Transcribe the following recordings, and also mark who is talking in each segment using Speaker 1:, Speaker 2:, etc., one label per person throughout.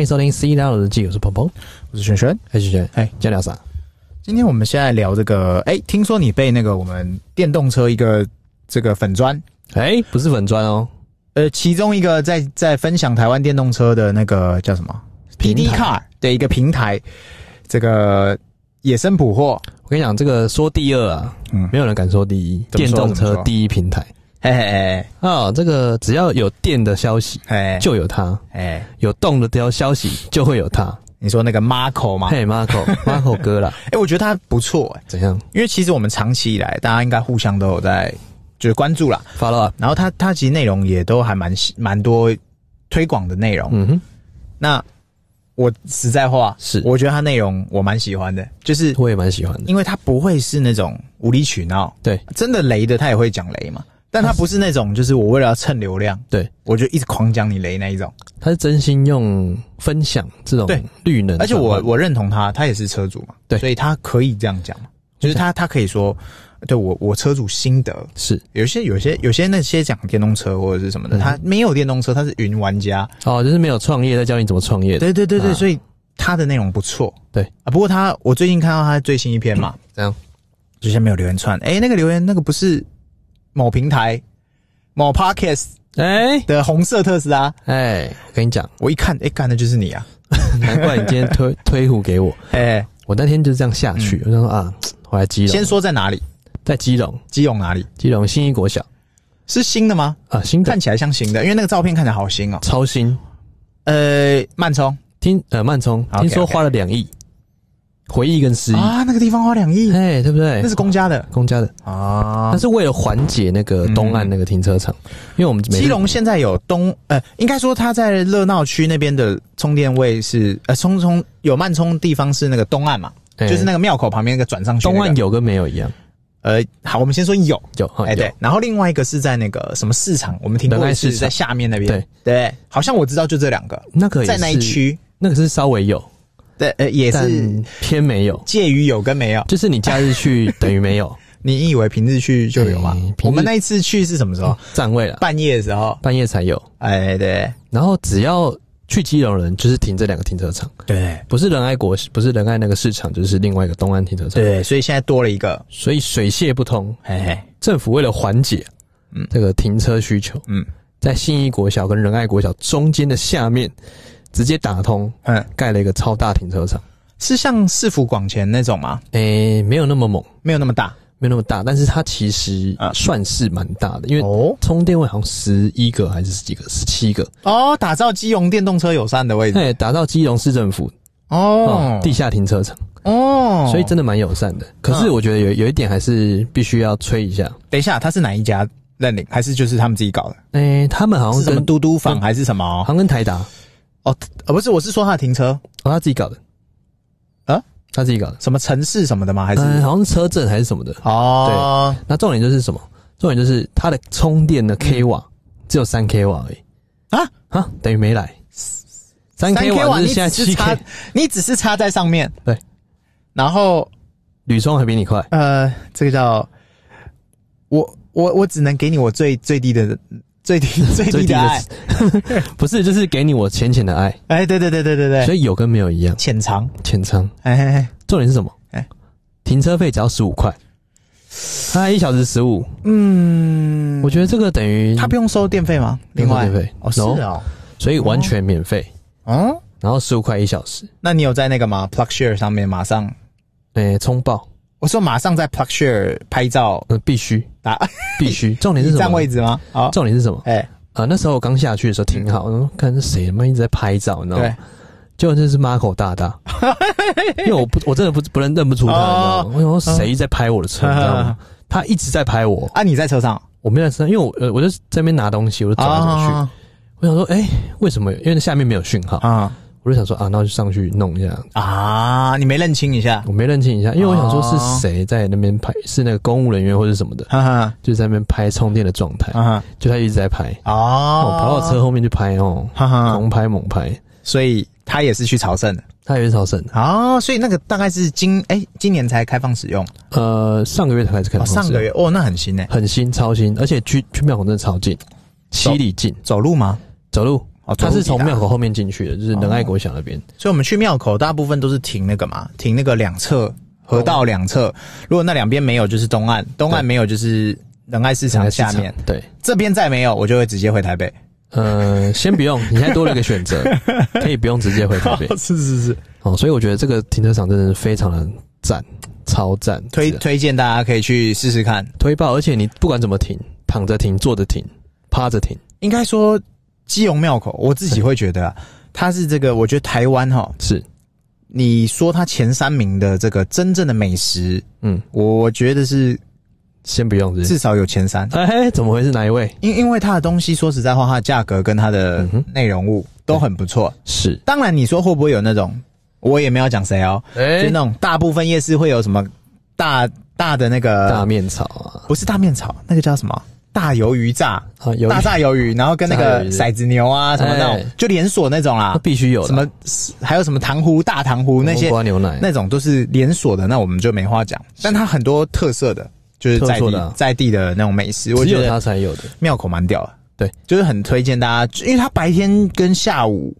Speaker 1: 迎收听《C 大佬日记》，我是鹏鹏，
Speaker 2: 我是轩轩。
Speaker 1: 哎，轩轩，
Speaker 2: 哎
Speaker 1: 今天聊啥？
Speaker 2: 今天我们现在聊这个，哎，听说你被那个我们电动车一个这个粉砖，
Speaker 1: 哎，不是粉砖哦，
Speaker 2: 呃，其中一个在在分享台湾电动车的那个叫什么
Speaker 1: 平
Speaker 2: PD
Speaker 1: 台
Speaker 2: Car 的一个平台，这个野生捕获，
Speaker 1: 我跟你讲，这个说第二啊，
Speaker 2: 嗯
Speaker 1: 没有人敢说第一，
Speaker 2: 怎么
Speaker 1: 电
Speaker 2: 说
Speaker 1: 动
Speaker 2: 怎么
Speaker 1: 车
Speaker 2: 说
Speaker 1: 第一平台
Speaker 2: 哎哎
Speaker 1: 啊、这个只要有电的消息
Speaker 2: 哎
Speaker 1: 就有它，
Speaker 2: 哎，
Speaker 1: 有动的消消息就会有它。
Speaker 2: 你说那个 Marco 吗？
Speaker 1: 嘿，Marco，Marco 哥啦，
Speaker 2: 哎，我觉得他不错，哎，
Speaker 1: 怎样
Speaker 2: 因为其实我们长期以来大家应该互相都有在就是关注啦，
Speaker 1: ？Follow up？
Speaker 2: 然后他他其实内容也都还蛮蛮多推广的内容，
Speaker 1: 嗯哼，
Speaker 2: 那我实在话
Speaker 1: 是
Speaker 2: 我觉得它内容我蛮喜欢的，就是
Speaker 1: 我也蛮喜欢的。
Speaker 2: 因为它不会是那种无理取闹，
Speaker 1: 对
Speaker 2: 真的雷的它也会讲雷嘛，但它不是那种 就是我为了要蹭流量，
Speaker 1: 对，
Speaker 2: 我就一直狂讲你雷那一种。
Speaker 1: 他是真心用分享这种
Speaker 2: 对
Speaker 1: 绿能
Speaker 2: 而且
Speaker 1: 转换，
Speaker 2: 我我认同他，他也是车主嘛，
Speaker 1: 对
Speaker 2: 所以他可以这样讲嘛，就是他他可以说，对我我车主心得。
Speaker 1: 是
Speaker 2: 有些有些有些那些讲电动车或者是什么的，
Speaker 1: 嗯
Speaker 2: 他没有电动车，他是云玩家，
Speaker 1: 哦，就是没有创业，在教你怎么创业的，
Speaker 2: 对对对对，
Speaker 1: 啊
Speaker 2: 所以他的内容不错
Speaker 1: 对
Speaker 2: 啊。不过他我最近看到他最新一篇嘛，
Speaker 1: 这样
Speaker 2: 就下面有留言串，哎、那个留言那个不是某平台某 podcast
Speaker 1: 哎、
Speaker 2: 的红色特斯拉，
Speaker 1: 哎，我跟你讲，
Speaker 2: 我一看，哎、干的就是你啊！
Speaker 1: 难怪你今天推推虎给我，
Speaker 2: 哎、
Speaker 1: 我那天就这样下去，我就说啊，我来基隆，
Speaker 2: 嗯先说在哪里？
Speaker 1: 在基隆，
Speaker 2: 基隆哪里？
Speaker 1: 基隆新一国小
Speaker 2: 是新的吗？
Speaker 1: 啊，新的
Speaker 2: 看起来像新的，因为那个照片看起来好新哦。
Speaker 1: 超新，
Speaker 2: 呃，慢充
Speaker 1: 听呃慢充，
Speaker 2: OK，
Speaker 1: 听说
Speaker 2: OK
Speaker 1: 花了两亿，回忆跟失忆，
Speaker 2: 啊，那个地方花两亿，
Speaker 1: 哎，对不对
Speaker 2: 那？是公家的
Speaker 1: 公家的，
Speaker 2: 啊嗯
Speaker 1: 但。是为了缓解那个东岸那个停车场，因为我们每次
Speaker 2: 基隆现在有东呃，应该说他在热闹区那边的充电位是呃，充充有慢充地方是那个东岸嘛，
Speaker 1: 哎
Speaker 2: 就是那个庙口旁边那个转上去、那个。
Speaker 1: 东岸有跟没有一样，
Speaker 2: 呃，好，我们先说有，
Speaker 1: 有啊
Speaker 2: 哎、
Speaker 1: 有
Speaker 2: 对，然后另外一个是在那个什么市场，我们听
Speaker 1: 仁
Speaker 2: 过
Speaker 1: 爱
Speaker 2: 一
Speaker 1: 市
Speaker 2: 次
Speaker 1: 场
Speaker 2: 在下面那边，
Speaker 1: 对
Speaker 2: 对，好像我知道就这两个，
Speaker 1: 那个也
Speaker 2: 在那一
Speaker 1: 是，
Speaker 2: 区，
Speaker 1: 那个是稍微有，
Speaker 2: 对，呃，也
Speaker 1: 但
Speaker 2: 是
Speaker 1: 偏没有，
Speaker 2: 介于有跟没有，
Speaker 1: 就是你假日 去等于没有
Speaker 2: 你以为平日嗯去就有吗
Speaker 1: 哎？平日
Speaker 2: 我们那一次去是什么时候？
Speaker 1: 哦站位了，
Speaker 2: 半夜的时候，
Speaker 1: 半夜才有。
Speaker 2: 哎，对
Speaker 1: 然后只要去基隆的人，就是停这两个停车场，
Speaker 2: 对
Speaker 1: 不是仁爱国，不是仁爱那个市场，就是另外一个东安停车场。，
Speaker 2: 对，所以现在多了一个，
Speaker 1: 所以水泄不通。
Speaker 2: 嘿嘿，
Speaker 1: 政府为了缓解
Speaker 2: 嗯
Speaker 1: 这个停车需求，
Speaker 2: 嗯
Speaker 1: 在信义国小跟仁爱国小中间的下面，直接打通，
Speaker 2: 嗯，
Speaker 1: 盖了一个超大停车场。
Speaker 2: 是像市府广前那种吗？
Speaker 1: 诶、没有那么猛，
Speaker 2: 没有那么大
Speaker 1: 没有那么大，但是它其实
Speaker 2: 啊
Speaker 1: 算是蛮大的，因为
Speaker 2: 哦
Speaker 1: 充电位好像十一个还是十几个，十七个。
Speaker 2: 哦，打造基隆电动车友善的位置
Speaker 1: 哎，打到基隆市政府
Speaker 2: 哦
Speaker 1: 哦，地下停车场，
Speaker 2: 哦，嗯
Speaker 1: 所以真的蛮友善的。可是我觉得有有一点还是必须要吹一下，
Speaker 2: 等一下，他是哪一家认领，还是就是他们自己搞的？
Speaker 1: 哎、他们好
Speaker 2: 是
Speaker 1: 像
Speaker 2: 什么
Speaker 1: 跟
Speaker 2: 嘟嘟房还是什么
Speaker 1: 好？像跟台达，哦，
Speaker 2: 哦，嗯呃，不是，我是说他的停车，
Speaker 1: 他自己搞的，
Speaker 2: 啊，
Speaker 1: 他自己搞的，
Speaker 2: 什么城市什么的吗？还是、
Speaker 1: 嗯、好像是车震还是什么的。
Speaker 2: 哦，
Speaker 1: 那重点就是什么？重点就是它的充电的 k 瓦只有三 k 瓦而已
Speaker 2: 嗯啊
Speaker 1: 啊，等于没来。三
Speaker 2: 三
Speaker 1: k 瓦
Speaker 2: 瓦，
Speaker 1: 就
Speaker 2: 你
Speaker 1: 是现在
Speaker 2: 只是
Speaker 1: 七
Speaker 2: 插
Speaker 1: k，，
Speaker 2: 你只是插在上面，
Speaker 1: 对。
Speaker 2: 然后
Speaker 1: 吕聪还比 你快，
Speaker 2: 呃，这个叫我我我只能给你我最最低的最低 最
Speaker 1: 最
Speaker 2: 低
Speaker 1: 低
Speaker 2: 的爱，
Speaker 1: 的 不是就是给你我浅浅的爱，
Speaker 2: 哎，对对对对对对，
Speaker 1: 所以有跟没有一样。
Speaker 2: 浅尝，
Speaker 1: 浅仓，
Speaker 2: 哎哎哎，
Speaker 1: 重点是什么？
Speaker 2: 哎
Speaker 1: 停车费只要十五块，他一小时十五，
Speaker 2: 嗯，
Speaker 1: 我觉得这个等于
Speaker 2: 他不用收电费吗？
Speaker 1: 不用收
Speaker 2: 另外
Speaker 1: 电费
Speaker 2: 哦，是
Speaker 1: No
Speaker 2: 哦，
Speaker 1: 所以完全免费，
Speaker 2: 嗯，
Speaker 1: 然后十五块一小时，
Speaker 2: 那你有在那个吗？Plugshare 上面马上
Speaker 1: 诶、冲爆，
Speaker 2: 我说马上在 Plugshare 拍照
Speaker 1: 呃，必须
Speaker 2: 打
Speaker 1: 必须。重点是
Speaker 2: 你
Speaker 1: 什
Speaker 2: 占
Speaker 1: 么
Speaker 2: 位？置吗？好，
Speaker 1: 重点是什么？
Speaker 2: 哎，
Speaker 1: 啊，那时候我刚下去的时候挺好，然后看是谁他妈一直在拍照，你知道
Speaker 2: 对
Speaker 1: 吗？，结果这是 Marco 大大，因为我不我真的不不认认不出他，你知道吗？我想说谁在拍我的车，你知道吗？他一直在拍我，
Speaker 2: 啊，你在车上
Speaker 1: 我没有在身上，因为我呃我就在那边拿东西，我就走来走去，
Speaker 2: 啊
Speaker 1: 我想说，哎、为什么？因为下面没有讯号，
Speaker 2: 啊
Speaker 1: 我就想说啊，那我就上去弄一下。
Speaker 2: 啊，你没认清一下，
Speaker 1: 我没认清一下，因为我想说是谁在那边拍，是那个公务人员或者什么的，
Speaker 2: 哈哈
Speaker 1: 就在那边拍充电的状态，
Speaker 2: 啊哈
Speaker 1: 就他一直在拍，哦，
Speaker 2: 哦，啊
Speaker 1: 跑到我车，后面去拍哦，
Speaker 2: 哈哈，
Speaker 1: 狂拍猛拍，
Speaker 2: 所以他也是去朝圣的
Speaker 1: 他也是超神的。
Speaker 2: 哦，所以那个大概是今哎今年才开放使用，
Speaker 1: 呃，上个月才开始开
Speaker 2: 哦，
Speaker 1: 放试，
Speaker 2: 上个月哦，那很新呢，
Speaker 1: 很新超新，而且去去庙口真的超近，七里近，
Speaker 2: 走路吗？
Speaker 1: 走路
Speaker 2: 哦，
Speaker 1: 他是
Speaker 2: 走
Speaker 1: 从
Speaker 2: 路哦抵达
Speaker 1: 庙口后面进去的，就是仁爱国小那边。
Speaker 2: 所以我们去庙口，大部分都是停那个嘛，停那个两侧河
Speaker 1: 哦
Speaker 2: 道两侧。如果那两边没有，就是东岸；东岸
Speaker 1: 对
Speaker 2: 没有，就是仁爱市场下面。
Speaker 1: 对，
Speaker 2: 这边再没有，我就会直接回台北。
Speaker 1: 呃，先不用，你现在多了一个选 择，可以不用直接回台北
Speaker 2: 是是是，
Speaker 1: 哦。所以我觉得这个停车场真的是非常的赞，超赞，
Speaker 2: 推
Speaker 1: 值得
Speaker 2: 推荐大家可以去试试看。
Speaker 1: 推爆，而且你不管怎么停，躺着停、坐着停、趴着停，
Speaker 2: 应该说，基隆庙口，我自己会觉得、啊，它是这个，我觉得台湾哈，
Speaker 1: 是，
Speaker 2: 你说它前三名的这个真正的美食，
Speaker 1: 嗯，
Speaker 2: 我我觉得是
Speaker 1: 先不用是不是
Speaker 2: 至少有前三。
Speaker 1: 哎，怎么会是哪一位？
Speaker 2: 因因为它的东西，说实在话，它的价格跟它的
Speaker 1: 嗯哼
Speaker 2: 内容物都很不错。
Speaker 1: 是，
Speaker 2: 当然，你说会不会有那种，我也没有讲谁哦，就
Speaker 1: 哎
Speaker 2: 是那种大部分夜市会有什么大大的那个，
Speaker 1: 大面草啊，
Speaker 2: 不是大面炒，那个叫什么大鱿鱼炸，
Speaker 1: 啊，有
Speaker 2: 大炸鱿鱼，然后跟那
Speaker 1: 炸鱿
Speaker 2: 个
Speaker 1: 鱼
Speaker 2: 骰子牛啊什么那种
Speaker 1: 哎，
Speaker 2: 就连锁那种啦
Speaker 1: 那，必须有的
Speaker 2: 什么还有什么糖葫大糖葫那些
Speaker 1: 冬瓜牛奶，
Speaker 2: 那种都是连锁的，那我们就没话讲。但它很多特色的，就是在
Speaker 1: 特色
Speaker 2: 地、
Speaker 1: 的啊
Speaker 2: 在地的那种美食，我
Speaker 1: 只
Speaker 2: 觉
Speaker 1: 有
Speaker 2: 得
Speaker 1: 它才有的。
Speaker 2: 庙口蛮屌的。
Speaker 1: 对，
Speaker 2: 就是很推荐大家，因为它白天跟下午、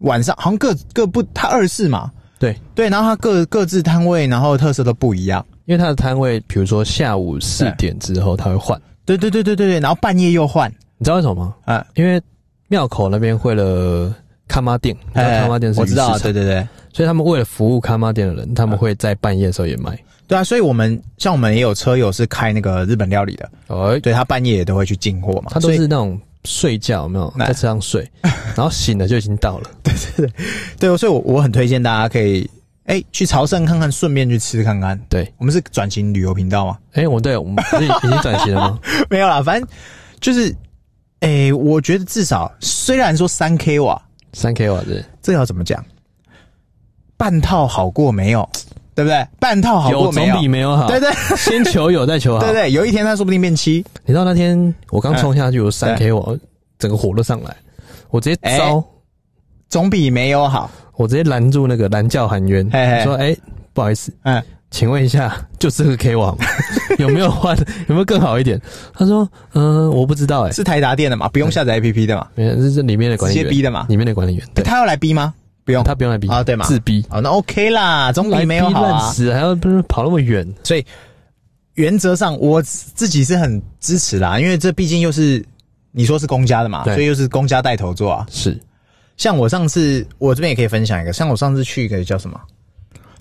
Speaker 2: 晚上好像各各不，它二四嘛，
Speaker 1: 对，
Speaker 2: 对，然后它各各自摊位，然后特色都不一样。
Speaker 1: 因为它的摊位，比如说下午四点之后它会换，
Speaker 2: 对对对对对对，然后半夜又换，
Speaker 1: 你知道为什么吗？
Speaker 2: 啊，
Speaker 1: 因为庙口那边为了看妈店，哎你知道啊看妈店是
Speaker 2: 哎我
Speaker 1: 鱼市
Speaker 2: 知道，
Speaker 1: 场，
Speaker 2: 对对对。
Speaker 1: 所以他们为了服务看妈店的人，他们会在半夜的时候也卖。
Speaker 2: 对啊，所以我们像我们也有车友是开那个日本料理的，
Speaker 1: 哎，
Speaker 2: 对他半夜也都会去进货嘛，
Speaker 1: 他都
Speaker 2: 所以
Speaker 1: 是那种睡觉有没有
Speaker 2: 哎
Speaker 1: 在车上 睡，然后醒了就已经到了。
Speaker 2: 对，所以我我很推荐大家可以哎、去朝圣看看，顺便去吃看看。
Speaker 1: 对，
Speaker 2: 我们是转型旅游频道吗？
Speaker 1: 哎，我对我们不是已经转型了 吗？
Speaker 2: 没有啦，反正就是哎、我觉得至少虽然说三 K 瓦，
Speaker 1: 三 K 瓦的
Speaker 2: 这要怎么讲？半套好过没有？对不对？半套好
Speaker 1: 有
Speaker 2: 过没
Speaker 1: 总
Speaker 2: 有？
Speaker 1: 比没有好，
Speaker 2: 对对
Speaker 1: 先求有再求好
Speaker 2: 对。对，有一天他说不定变七。
Speaker 1: 你知道那天我刚冲下去，我三
Speaker 2: 哎
Speaker 1: K 瓦整个火都上来，我直接招。
Speaker 2: 总比没有好，
Speaker 1: 我直接拦住那个蓝教喊冤，
Speaker 2: 嘿嘿
Speaker 1: 说：“哎、不好意思，
Speaker 2: 嗯，
Speaker 1: 请问一下，就这个 K 网有没有换，有没有更好一点？”他说：“嗯、我不知道、哎，
Speaker 2: 是台达店的嘛，不用下载 APP 的嘛，
Speaker 1: 没有，这是里面的管理
Speaker 2: 直接
Speaker 1: 员
Speaker 2: 逼的嘛
Speaker 1: 里面的管理员，对，
Speaker 2: 他要来逼吗？不用，
Speaker 1: 他不用来逼
Speaker 2: 啊对嘛
Speaker 1: 自逼，
Speaker 2: 哦，那 OK 啦，总比没有好
Speaker 1: 来逼
Speaker 2: 啊
Speaker 1: 乱。死，还要不是跑那么远，
Speaker 2: 所以原则上我自己是很支持啦，因为这毕竟又是你说是公家的嘛，
Speaker 1: 对
Speaker 2: 所以又是公家带头做啊。
Speaker 1: 是
Speaker 2: 像我上次，我这边也可以分享一个，像我上次去一个叫什么？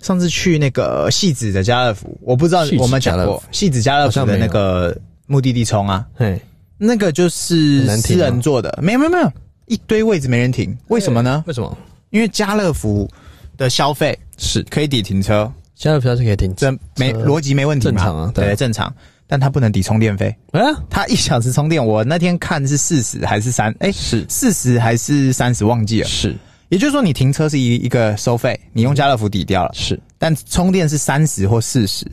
Speaker 2: 上次去那个戏子的家乐福，我不知道
Speaker 1: 戏子
Speaker 2: 我们讲
Speaker 1: 家乐
Speaker 2: 过
Speaker 1: 福
Speaker 2: 戏子家乐福
Speaker 1: 好像没
Speaker 2: 的
Speaker 1: 有
Speaker 2: 那个目的地冲啊，
Speaker 1: 哎，
Speaker 2: 那个就是
Speaker 1: 很难
Speaker 2: 私
Speaker 1: 停啊
Speaker 2: 人做的，没有没有没有，一堆位置没人停，为什么呢？
Speaker 1: 为什么？
Speaker 2: 因为家乐福的消费
Speaker 1: 是
Speaker 2: 可以抵停车，
Speaker 1: 加油票是可以停止
Speaker 2: 这没
Speaker 1: 车
Speaker 2: 逻辑没问题嘛？
Speaker 1: 正常啊对
Speaker 2: 对，正常。但它不能抵充电费，
Speaker 1: 啊，
Speaker 2: 它一小时充电，我那天看是四十还是三？哎，
Speaker 1: 是
Speaker 2: 四十还是三十？忘记了。
Speaker 1: 是
Speaker 2: 也就是说，你停车是一一个收费，你用家乐福抵掉了，
Speaker 1: 是，
Speaker 2: 但充电是三十或四十，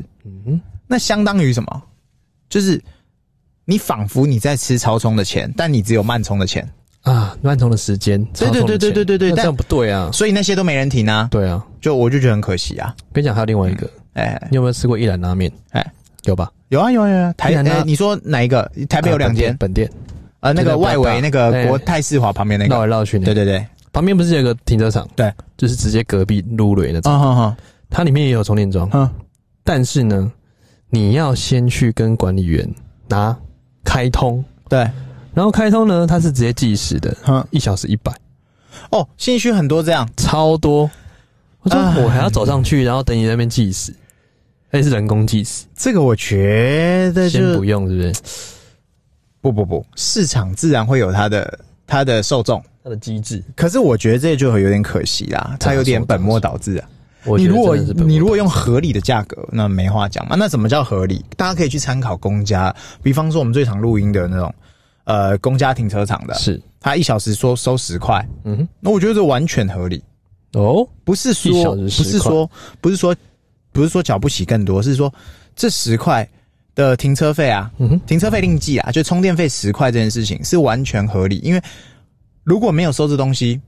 Speaker 1: 嗯，
Speaker 2: 那相当于什么？就是你仿佛你在吃超充的钱，但你只有慢充的钱，
Speaker 1: 啊，乱充的时间，
Speaker 2: 对对对对对对对
Speaker 1: 那这
Speaker 2: 但
Speaker 1: 样不对啊，
Speaker 2: 所以那些都没人停啊。
Speaker 1: 对啊，
Speaker 2: 就我就觉得很可惜啊。
Speaker 1: 跟你讲还有另外一个，
Speaker 2: 哎
Speaker 1: 你有没有吃过一兰拉面？
Speaker 2: 哎，
Speaker 1: 有吧？
Speaker 2: 有啊有啊有啊，台
Speaker 1: 既然它
Speaker 2: 哎你说哪一个？台北有两间，
Speaker 1: 啊本店，
Speaker 2: 呃，那
Speaker 1: 就
Speaker 2: 个
Speaker 1: 在
Speaker 2: 外
Speaker 1: 比较大
Speaker 2: 围那个
Speaker 1: 哎
Speaker 2: 国泰世华旁边那
Speaker 1: 本
Speaker 2: 个
Speaker 1: 店，绕来绕去那
Speaker 2: 对
Speaker 1: 个，
Speaker 2: 对对，
Speaker 1: 旁边不是有个停车场？
Speaker 2: 对，
Speaker 1: 就是直接隔壁撸雷那种，
Speaker 2: 啊哈
Speaker 1: 它里面也有充电桩，
Speaker 2: 哈，
Speaker 1: 但是呢，你要先去跟管理员拿开通，
Speaker 2: 对，
Speaker 1: 然后开通呢，它是直接计时的，
Speaker 2: 哼，
Speaker 1: 一小时一百，
Speaker 2: 哦，新区很多这样，
Speaker 1: 超多。我说
Speaker 2: 哎
Speaker 1: 我还要走上去，然后等你在那边计时，而且是人工计时，
Speaker 2: 这个我觉得
Speaker 1: 先
Speaker 2: 就
Speaker 1: 不用是不是？
Speaker 2: 不不不，市场自然会有它的它的受众，
Speaker 1: 它的机制，
Speaker 2: 可是我觉得这就有点可惜啦，
Speaker 1: 怎么
Speaker 2: 它有点
Speaker 1: 说
Speaker 2: 本末倒置啊。
Speaker 1: 啊我
Speaker 2: 你
Speaker 1: 觉得
Speaker 2: 如果
Speaker 1: 真的是本末
Speaker 2: 你如果
Speaker 1: 倒
Speaker 2: 用合理的价格，那没话讲嘛。那怎么叫合理？大家可以去参考公家，比方说我们最常录音的那种，呃，公家停车场的，
Speaker 1: 置是，
Speaker 2: 他一小时说收十块，
Speaker 1: 嗯哼，
Speaker 2: 那我觉得这完全合理。
Speaker 1: 哦，
Speaker 2: 不是说
Speaker 1: 一小时
Speaker 2: 不
Speaker 1: 10
Speaker 2: 是
Speaker 1: 块
Speaker 2: 说不是说不是说缴不起更多，是说这十块的停车费啊，
Speaker 1: 嗯哼，
Speaker 2: 停车费另计啊，就充电费十块这件事情是完全合理，因为如果没有收这东西，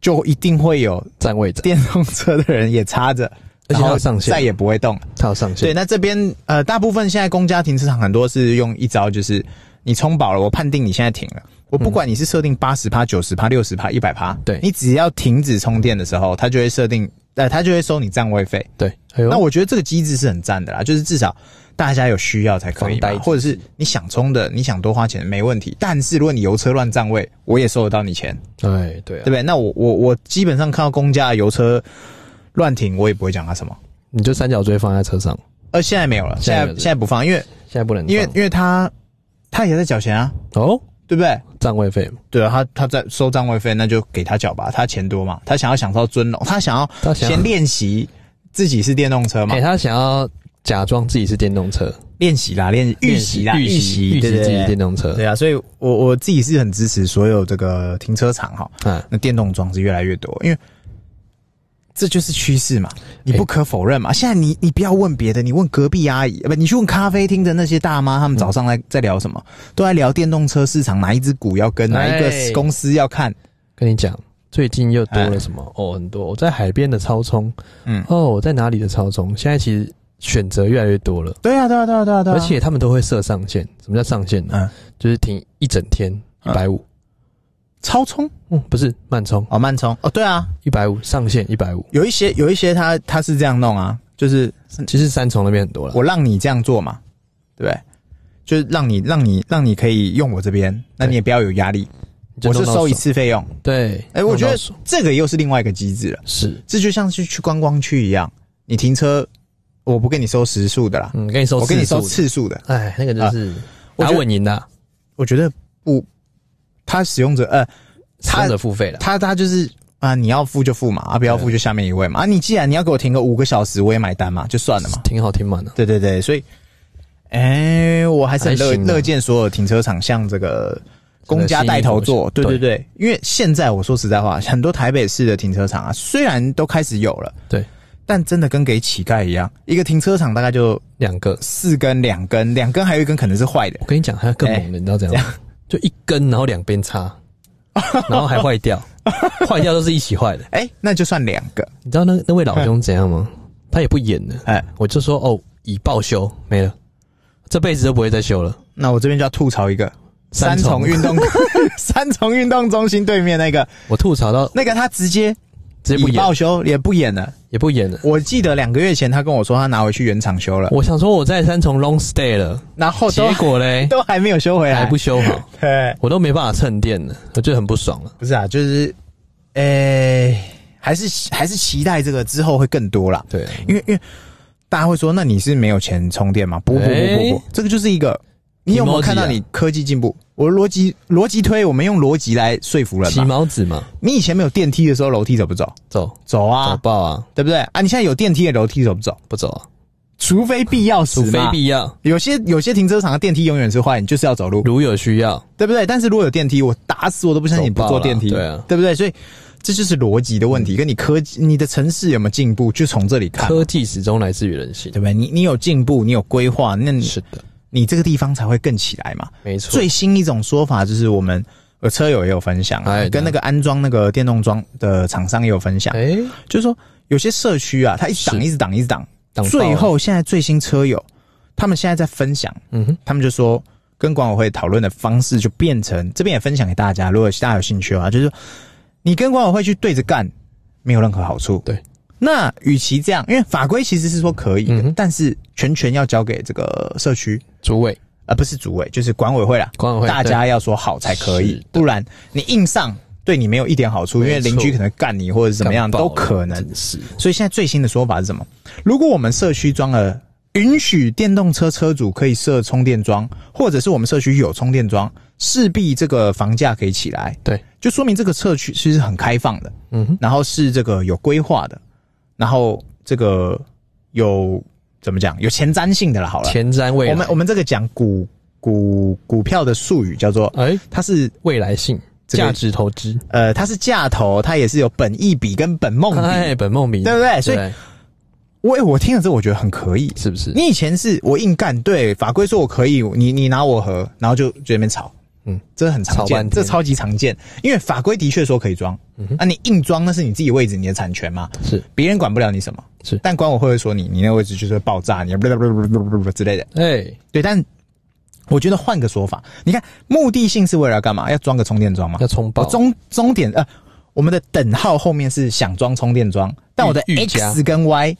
Speaker 2: 就一定会有
Speaker 1: 占位置，
Speaker 2: 电动车的人也插着，
Speaker 1: 而且它
Speaker 2: 然后
Speaker 1: 有上限
Speaker 2: 再也不会动。
Speaker 1: 它有上限
Speaker 2: 对，，那这边呃，大部分现在公家停车场很多是用一招，就是你充饱了，我判定你现在停了，我不管你是设定八十趴、九十趴、六十趴、一百趴，
Speaker 1: 对
Speaker 2: 你只要停止充电的时候，它就会设定，呃，它就会收你占位费。
Speaker 1: 对，哎呦
Speaker 2: 那我觉得这个机制是很赞的啦，就是至少大家有需要才可以
Speaker 1: 防呆
Speaker 2: 嘛，
Speaker 1: 机制
Speaker 2: 或者是你想充的，你想多花钱没问题。但是如果你油车乱占位，我也收得到你钱，
Speaker 1: 对对
Speaker 2: 对
Speaker 1: 啊
Speaker 2: 不，对？那我我我基本上看到公家的油车乱停，我也不会讲他什么。
Speaker 1: 你就三角锥放在车上，
Speaker 2: 呃，现在没有了，
Speaker 1: 现
Speaker 2: 现
Speaker 1: 在
Speaker 2: 在
Speaker 1: 没有
Speaker 2: 现在不放，因为
Speaker 1: 现在不能放，
Speaker 2: 因为因为他他也在缴钱啊，
Speaker 1: 哦，
Speaker 2: 对不对？
Speaker 1: 占位费嘛，
Speaker 2: 对啊，他他在收占位费，那就给他缴吧，他钱多嘛，他想要享受尊荣，他想要
Speaker 1: 他想要
Speaker 2: 先练习自己是电动车嘛
Speaker 1: 哎，，他想要假装自己是电动车，
Speaker 2: 练习啦，练预习啦，
Speaker 1: 预习预习
Speaker 2: 对对
Speaker 1: 自己
Speaker 2: 对
Speaker 1: 是电动车，
Speaker 2: 对啊，所以我我自己是很支持所有这个停车场哈，
Speaker 1: 啊，
Speaker 2: 那电动装置越来越多，因为这就是趋势嘛，你不可否认嘛。现在你你不要问别的，你问隔壁阿姨，呃不，你去问咖啡厅的那些大妈，他们早上在在聊什么，都在聊电动车市场哪一只股要跟，哪一个
Speaker 1: 哎
Speaker 2: 公司要看，
Speaker 1: 跟你讲，最近又多了什么？哦，很多。我在海边的超充，
Speaker 2: 嗯
Speaker 1: 哦，我在哪里的超充？现在其实选择越来越多了，
Speaker 2: 对啊，对啊，对啊，对啊，对啊，
Speaker 1: 而且他们都会设上限。什么叫上限呢？
Speaker 2: 嗯
Speaker 1: 就是停一整天一
Speaker 2: 嗯
Speaker 1: 百五，
Speaker 2: 超充
Speaker 1: 嗯，不是慢充
Speaker 2: 哦，慢充哦，对啊，
Speaker 1: 一百五，上限一百五。
Speaker 2: 有一些有一些他他是这样弄啊，就是
Speaker 1: 其实三重那边很多了，
Speaker 2: 我让你这样做嘛，对不对？就是让你让你让你可以用我这边，那你也不要有压力，
Speaker 1: 你就
Speaker 2: 我
Speaker 1: 弄
Speaker 2: 是
Speaker 1: 到
Speaker 2: 收一
Speaker 1: 爽，
Speaker 2: 次费用。
Speaker 1: 对，
Speaker 2: 哎、我觉
Speaker 1: 弄
Speaker 2: 得
Speaker 1: 到爽
Speaker 2: 这个又是另外一个机制了，
Speaker 1: 是，
Speaker 2: 这就像是去观光区一样，你停车我不跟你收时速的啦，
Speaker 1: 嗯，跟你收，
Speaker 2: 我跟你收，次数的。
Speaker 1: 哎，那个就是
Speaker 2: 我
Speaker 1: 打
Speaker 2: 觉得
Speaker 1: 稳赢的，
Speaker 2: 我觉得不，他使用者呃，他
Speaker 1: 三者付费了，
Speaker 2: 他他就是啊、你要付就付嘛，啊不要付就下面一位嘛，啊你既然你要给我停个五个小时，我也买单嘛，就算了嘛。
Speaker 1: 挺好，挺满啊的，
Speaker 2: 对对对，所以，哎、我还是很乐
Speaker 1: 还行啊
Speaker 2: 乐见所有停车场像这个公家带头做，
Speaker 1: 这个
Speaker 2: 对
Speaker 1: 新
Speaker 2: 对
Speaker 1: 义国
Speaker 2: 对，因为现在我说实在话，很多台北市的停车场啊，虽然都开始有了，
Speaker 1: 对，
Speaker 2: 但真的跟给乞丐一样，一个停车场大概就
Speaker 1: 两个。
Speaker 2: 四根、两根、两根，还有一根可能是坏的
Speaker 1: 我，跟你讲，还有更猛的，
Speaker 2: 哎
Speaker 1: 你知道怎样吗？就一根，然后两边插， 然后还坏掉，坏掉都是一起坏的。
Speaker 2: 哎、那就算两个，
Speaker 1: 你知道那那位老兄怎样 吗？他也不演了，
Speaker 2: 哎、
Speaker 1: 我就说哦，已报修没了，这辈子都不会再修了。
Speaker 2: 那我这边就要吐槽一个。三
Speaker 1: 三
Speaker 2: 重
Speaker 1: 重
Speaker 2: 运动， 三重运动中心对面那个，
Speaker 1: 我吐槽到
Speaker 2: 那个他直接
Speaker 1: 直接不
Speaker 2: 已报
Speaker 1: 演，
Speaker 2: 修也不演了。
Speaker 1: 也不演了。
Speaker 2: 我记得两个月前他跟我说他拿回去原厂修了，
Speaker 1: 我想说我在三重 long stay 了，
Speaker 2: 然后
Speaker 1: 结
Speaker 2: 哦都
Speaker 1: 果嘞
Speaker 2: 都还没有修回来，
Speaker 1: 还不修好，
Speaker 2: 对，
Speaker 1: 我都没办法蹭电了，我就很不爽了。
Speaker 2: 不是啊，就是，呃、还是还是期待这个之后会更多啦，
Speaker 1: 对，
Speaker 2: 因为因为大家会说，那你是没有钱充电吗？不不不不
Speaker 1: 哎
Speaker 2: 不，这个就是一个，你有没有
Speaker 1: Emoji
Speaker 2: 看到
Speaker 1: 啊
Speaker 2: 你科技进步？我的逻辑逻辑推，我们用逻辑来说服人
Speaker 1: 骑
Speaker 2: 嘛。
Speaker 1: 毛子嘛，
Speaker 2: 你以前没有电梯的时候，楼梯走不走？
Speaker 1: 走
Speaker 2: 走
Speaker 1: 走
Speaker 2: 啊，
Speaker 1: 爆啊，
Speaker 2: 对不对？啊，你现在有电梯的楼梯走不走？
Speaker 1: 不走啊，
Speaker 2: 除非必要时
Speaker 1: 除
Speaker 2: 嘛，
Speaker 1: 非必要，
Speaker 2: 有些有些停车场的电梯永远是坏，你就是要走路。
Speaker 1: 如有需要，
Speaker 2: 对不对？但是如果有电梯，我打死我都不相信你不坐电梯，
Speaker 1: 走爆了对啊
Speaker 2: 不对？所以这就是逻辑的问题，跟你科技、你的城市有没有进步，就从这里看嘛，
Speaker 1: 科技始终来自于人性
Speaker 2: 对。不对？你你有进步，你有规划，那你
Speaker 1: 是的，
Speaker 2: 你这个地方才会更起来嘛。
Speaker 1: 没错。
Speaker 2: 最新一种说法就是我们。呃，车友也有分享、啊
Speaker 1: 哎，
Speaker 2: 跟那个安装那个电动桩的厂商也有分享，
Speaker 1: 哎，
Speaker 2: 就是说有些社区啊，它一直挡，
Speaker 1: 是
Speaker 2: 一直挡，一直挡，
Speaker 1: 挡爆了啊
Speaker 2: 最，后现在最新车友，他们现在在分享，
Speaker 1: 嗯哼，
Speaker 2: 他们就说跟管委会讨论的方式就变成这边也分享给大家，如果大家有兴趣的话，就是说你跟管委会去对着干，没有任何好处。
Speaker 1: 对，
Speaker 2: 那与其这样，因为法规其实是说可以的，
Speaker 1: 嗯哼
Speaker 2: 但是全权要交给这个社区，
Speaker 1: 主委
Speaker 2: 而、呃不是主委，就是管委会啦。
Speaker 1: 管委会
Speaker 2: 大家要说好才可
Speaker 1: 是
Speaker 2: 以
Speaker 1: 的，
Speaker 2: 不然你硬上对你没有一点好处，因为
Speaker 1: 没错
Speaker 2: 邻居可能干你或者怎么样都可能。
Speaker 1: 是
Speaker 2: 所以现在最新的说法是什么？如果我们社区装了允许电动车车主可以设充电桩，或者是我们社区有充电桩，势必这个房价可以起来，
Speaker 1: 对，
Speaker 2: 就说明这个社区其实是很开放的，
Speaker 1: 嗯哼，
Speaker 2: 然后是这个有规划的，然后这个有怎么讲有前瞻性的了。好了，
Speaker 1: 前瞻未来，
Speaker 2: 我们我们这个讲股股股票的术语叫做，
Speaker 1: 哎，
Speaker 2: 它是
Speaker 1: 未来性
Speaker 2: 这个
Speaker 1: 价值投资，
Speaker 2: 呃它是价投，它也是有本益比跟本梦比。
Speaker 1: 哎，本梦比，
Speaker 2: 对不对所以我我听了之后，我觉得很可以，
Speaker 1: 是不是？
Speaker 2: 你以前是我硬干，对法规说我可以，你你拿我和，然后就就在那边吵，
Speaker 1: 嗯，
Speaker 2: 这很常
Speaker 1: 吵半
Speaker 2: 见，
Speaker 1: 天嗯
Speaker 2: 这超级常见，因为法规的确说可以装，啊，你硬装那是你自己位置，你的产权嘛，
Speaker 1: 是，
Speaker 2: 别人管不了你什么，
Speaker 1: 是
Speaker 2: 但管委会会说你你那个位置就是会爆炸，你不不不不不不之类的，
Speaker 1: 哎，
Speaker 2: 对，但我觉得换个说法，你看目的性是为了要干嘛？要装个充电桩吗？
Speaker 1: 要充
Speaker 2: 我
Speaker 1: 爆。
Speaker 2: 终终点呃，我们的等号后面是想装充电桩，但我的
Speaker 1: 欲欲加
Speaker 2: X 跟 Y，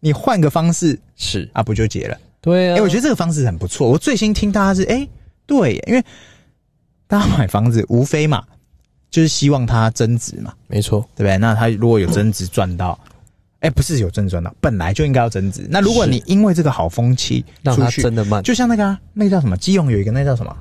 Speaker 2: 你换个方式
Speaker 1: 是，
Speaker 2: 啊，不就解了？
Speaker 1: 对啊。
Speaker 2: 哎、我觉得这个方式很不错。我最新听大家是哎、对耶，因为大家买房子无非嘛，就是希望它增值嘛，
Speaker 1: 没错，
Speaker 2: 对不对？那它如果有增值赚到，哎、不是有增值赚到，本来就应该要增值。那如果你因为这个好风气
Speaker 1: 让
Speaker 2: 出
Speaker 1: 它
Speaker 2: 去，
Speaker 1: 真的慢。
Speaker 2: 就像那个、啊、那个叫什么，基隆有一个那个叫什么，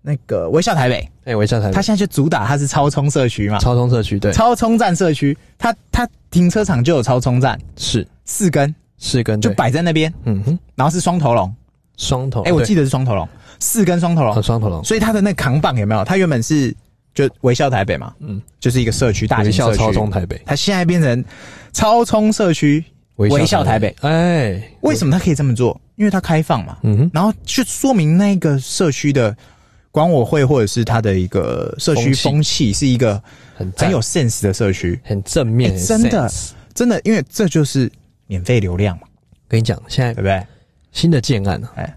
Speaker 2: 那个微笑台北，
Speaker 1: 哎，我一下台北，
Speaker 2: 它现在就主打它是超充社区嘛，
Speaker 1: 超通社区对，
Speaker 2: 超充站社区，它它停车场就有超充站，
Speaker 1: 是
Speaker 2: 四根
Speaker 1: 是跟
Speaker 2: 就
Speaker 1: 对，哦
Speaker 2: 摆在那边，
Speaker 1: 嗯哼，
Speaker 2: 然后是双头龙，
Speaker 1: 双头。
Speaker 2: 哎、我记
Speaker 1: 得
Speaker 2: 得是双头龙，四根双头龙，
Speaker 1: 双头龙，
Speaker 2: 所以它的那个扛棒有没有？它原本是就微笑台北嘛，
Speaker 1: 嗯，
Speaker 2: 就是一个社区大型
Speaker 1: 微
Speaker 2: 社
Speaker 1: 笑
Speaker 2: 区，
Speaker 1: 超中台北，
Speaker 2: 它现在变成超充社区，微笑台北。
Speaker 1: 哎，
Speaker 2: 为什么它可以这么做？因为它开放嘛，
Speaker 1: 嗯哼，
Speaker 2: 然后去说明那个社区的管委会或者是它的一个社区
Speaker 1: 风气
Speaker 2: 风气是一个
Speaker 1: 很赞
Speaker 2: 很有 sense 的社区，
Speaker 1: 很正面
Speaker 2: 哎，真的
Speaker 1: sense
Speaker 2: 真的，因为这就是免费流量嘛，
Speaker 1: 跟你讲，现
Speaker 2: 对
Speaker 1: 在
Speaker 2: 不对？
Speaker 1: 新的建案啊，
Speaker 2: 哎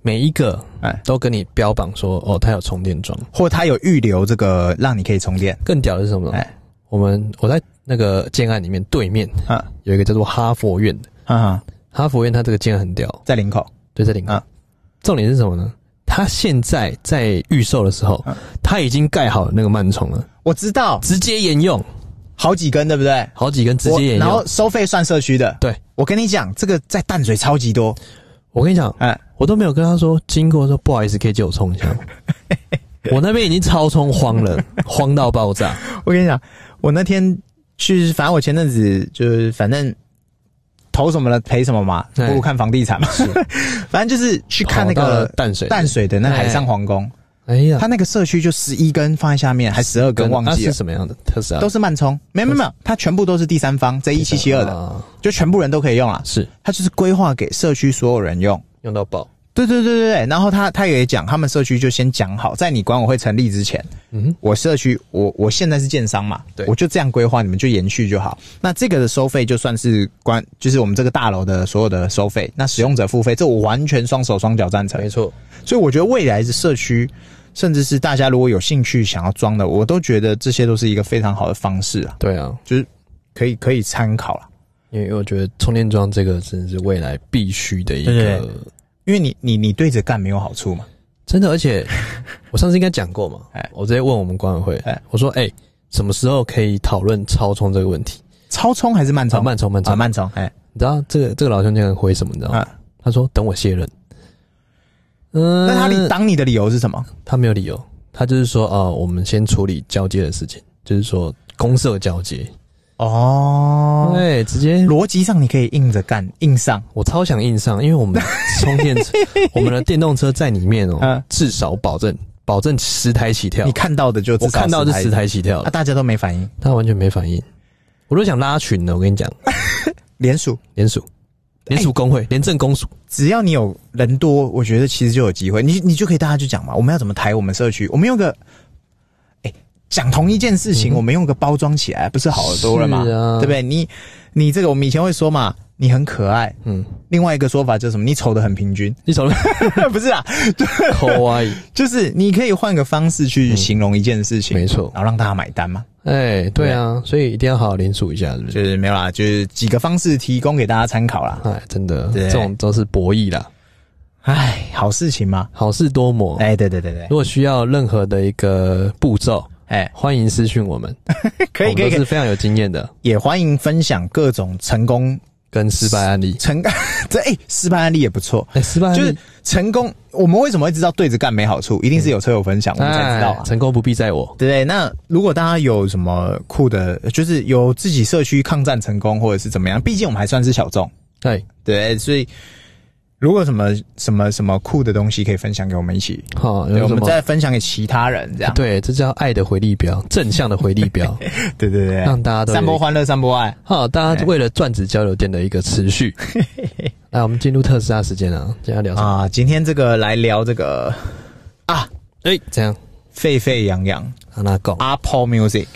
Speaker 1: 每一个
Speaker 2: 哎
Speaker 1: 都跟你标榜说，哦，它有充电桩。
Speaker 2: 或它有预留这个让你可以充电，
Speaker 1: 更屌的是什么呢？
Speaker 2: 哎
Speaker 1: 我们我在那个建案里面对面
Speaker 2: 啊
Speaker 1: 有一个叫做哈佛院的，
Speaker 2: 啊啊，
Speaker 1: 哈佛院它这个建案很屌，
Speaker 2: 在林口，
Speaker 1: 对，在领航
Speaker 2: 啊。
Speaker 1: 重点是什么呢？它现在在预售的时候
Speaker 2: 啊，
Speaker 1: 它已经盖好那个慢充了，
Speaker 2: 我知道
Speaker 1: 直接沿用
Speaker 2: 好几根，对不对？
Speaker 1: 好几根，直接
Speaker 2: 我
Speaker 1: 沿
Speaker 2: 然
Speaker 1: 用
Speaker 2: 后。收费算社区的。
Speaker 1: 对，
Speaker 2: 我跟你讲，这个在淡水超级多。
Speaker 1: 我跟你讲，
Speaker 2: 哎，
Speaker 1: 我都没有跟他说经过说不好意思，可以借我充一下 吗？我那边已经超充慌了，慌到爆炸。
Speaker 2: 我跟你讲，我那天去，反正我前阵子就是反正投什么了赔什么嘛，不
Speaker 1: 对
Speaker 2: 如看房地产嘛。 反正就是去看那
Speaker 1: 跑哎到
Speaker 2: 个
Speaker 1: 了淡水
Speaker 2: 淡水的那
Speaker 1: 哎
Speaker 2: 海上皇宫，
Speaker 1: 哎呀
Speaker 2: 它，那个社区就十一根放在下面，还十二根忘
Speaker 1: 它
Speaker 2: 记
Speaker 1: 嗯啊是
Speaker 2: 了。
Speaker 1: 什么样的特斯拉？
Speaker 2: 都是慢充，没有没有没有，它全部都是第三方 Z 一七七二的，
Speaker 1: 啊
Speaker 2: 就全部人都可以用啊。
Speaker 1: 是
Speaker 2: 它就是规划给社区所有人用。
Speaker 1: 用到爆。
Speaker 2: 对对对对对，然后他他也讲，他们社区就先讲好，在你管委会成立之前，
Speaker 1: 嗯哼，
Speaker 2: 我社区我我现在是建商嘛，
Speaker 1: 对
Speaker 2: 我就这样规划，你们就延续就好。那这个的收费就算是关，就是我们这个大楼的所有的收费，那使用者付费，这我完全双手双脚赞成
Speaker 1: 没。错，
Speaker 2: 所以我觉得未来的社区，甚至是大家如果有兴趣想要装的，我都觉得这些都是一个非常好的方式啊，
Speaker 1: 对啊，
Speaker 2: 就是可以可以参考了。
Speaker 1: 因为我觉得充电桩这个真的是未来必须的一
Speaker 2: 对
Speaker 1: 个，
Speaker 2: 因为你你你对着干没有好处嘛，
Speaker 1: 真的，而 且我上次应该讲过嘛
Speaker 2: 哎，
Speaker 1: 我直接问我们管委会
Speaker 2: 哎，
Speaker 1: 我说，哎，什么时候可以讨论超充这个问题？
Speaker 2: 超充还是慢
Speaker 1: 啊，
Speaker 2: 充？
Speaker 1: 慢充，慢
Speaker 2: 啊
Speaker 1: 充，
Speaker 2: 慢充，哎、
Speaker 1: 你知道这个这个老兄竟然回什么？你知道吗？
Speaker 2: 啊
Speaker 1: 他说等我卸任。嗯，
Speaker 2: 那他理挡你的理由是什么？
Speaker 1: 他没有理由，他就是说啊、呃我们先处理交接的事情，就是说公社交接。
Speaker 2: 哦，
Speaker 1: 对，直接
Speaker 2: 逻辑上你可以硬着干，硬上。
Speaker 1: 我超想印上，因为我们充电 车，我们的电动车在里面哦
Speaker 2: 嗯，
Speaker 1: 至少保证保证十台起跳
Speaker 2: 你。看到的就
Speaker 1: 我看到是十
Speaker 2: 台，
Speaker 1: 台起跳
Speaker 2: 啊，，大家都没反应。
Speaker 1: 他完全没反应。我都想拉群了，我跟你讲，
Speaker 2: 联署，
Speaker 1: 联署，
Speaker 2: 哎
Speaker 1: 联署工会，廉政公署，
Speaker 2: 只要你有人多，我觉得其实就有机会。你你就可以大家就讲嘛，我们要怎么抬我们社区？我们用个，哎、哎讲同一件事情，我们用个包装起来，不是好多了嘛？
Speaker 1: 嗯是啊
Speaker 2: 对不对？你你这个我们以前会说嘛，你很可爱。
Speaker 1: 嗯，
Speaker 2: 另外一个说法就是什么？你丑的很平均，
Speaker 1: 你手了
Speaker 2: 不是啊？
Speaker 1: 抠啊，
Speaker 2: 就是你可以换个方式
Speaker 1: 嗯
Speaker 2: 去形容一件事情，
Speaker 1: 没错
Speaker 2: 然后让大家买单嘛。
Speaker 1: 哎，对啊，所以一定要好好联署一下，是不是？
Speaker 2: 就是没有啦，就是几个方式提供给大家参考啦。
Speaker 1: 哎，真的，
Speaker 2: 对
Speaker 1: 这种都是博弈啦，
Speaker 2: 唉，好事情嘛。
Speaker 1: 好事多磨。
Speaker 2: 哎、对对对对
Speaker 1: 如，果需要任何的一个步骤，
Speaker 2: 哎、
Speaker 1: 欢迎私讯我们，
Speaker 2: 可以可
Speaker 1: 我们
Speaker 2: 以可
Speaker 1: 都是
Speaker 2: 以，
Speaker 1: 非常有经验的，
Speaker 2: 也欢迎分享各种成功
Speaker 1: 跟失败案例。
Speaker 2: 成 这哎、失败案例也不错。
Speaker 1: 哎，失败案
Speaker 2: 就
Speaker 1: 例
Speaker 2: 是成功，我们为什么会知道对着干没好处？一定是有车友分享，我们才知道
Speaker 1: 哎
Speaker 2: 啊。
Speaker 1: 成功不必在我。
Speaker 2: 对不对？那如果大家有什么酷的，就是有自己社区抗战成功，或者是怎么样，毕竟我们还算是小众，
Speaker 1: 对，
Speaker 2: 对不对，所以如果有什么什么什么酷的东西可以分享给我们一起，
Speaker 1: 好，
Speaker 2: 对，
Speaker 1: 有
Speaker 2: 我
Speaker 1: 什
Speaker 2: 们
Speaker 1: 么？
Speaker 2: 再分享给其他人，这样，
Speaker 1: 对，这叫爱的回力标，正向的回力标，
Speaker 2: 对对对，
Speaker 1: 让大家都有
Speaker 2: 散播欢乐，散播爱。
Speaker 1: 好，大
Speaker 2: 哎
Speaker 1: 家为了钻子交流电的一个持 续。来，我们进入特斯拉时间了，今天要聊什么？
Speaker 2: 啊，今天这个来聊这个啊
Speaker 1: 哎，怎样？
Speaker 2: 沸沸扬扬
Speaker 1: 让他讲。
Speaker 2: Apple Music，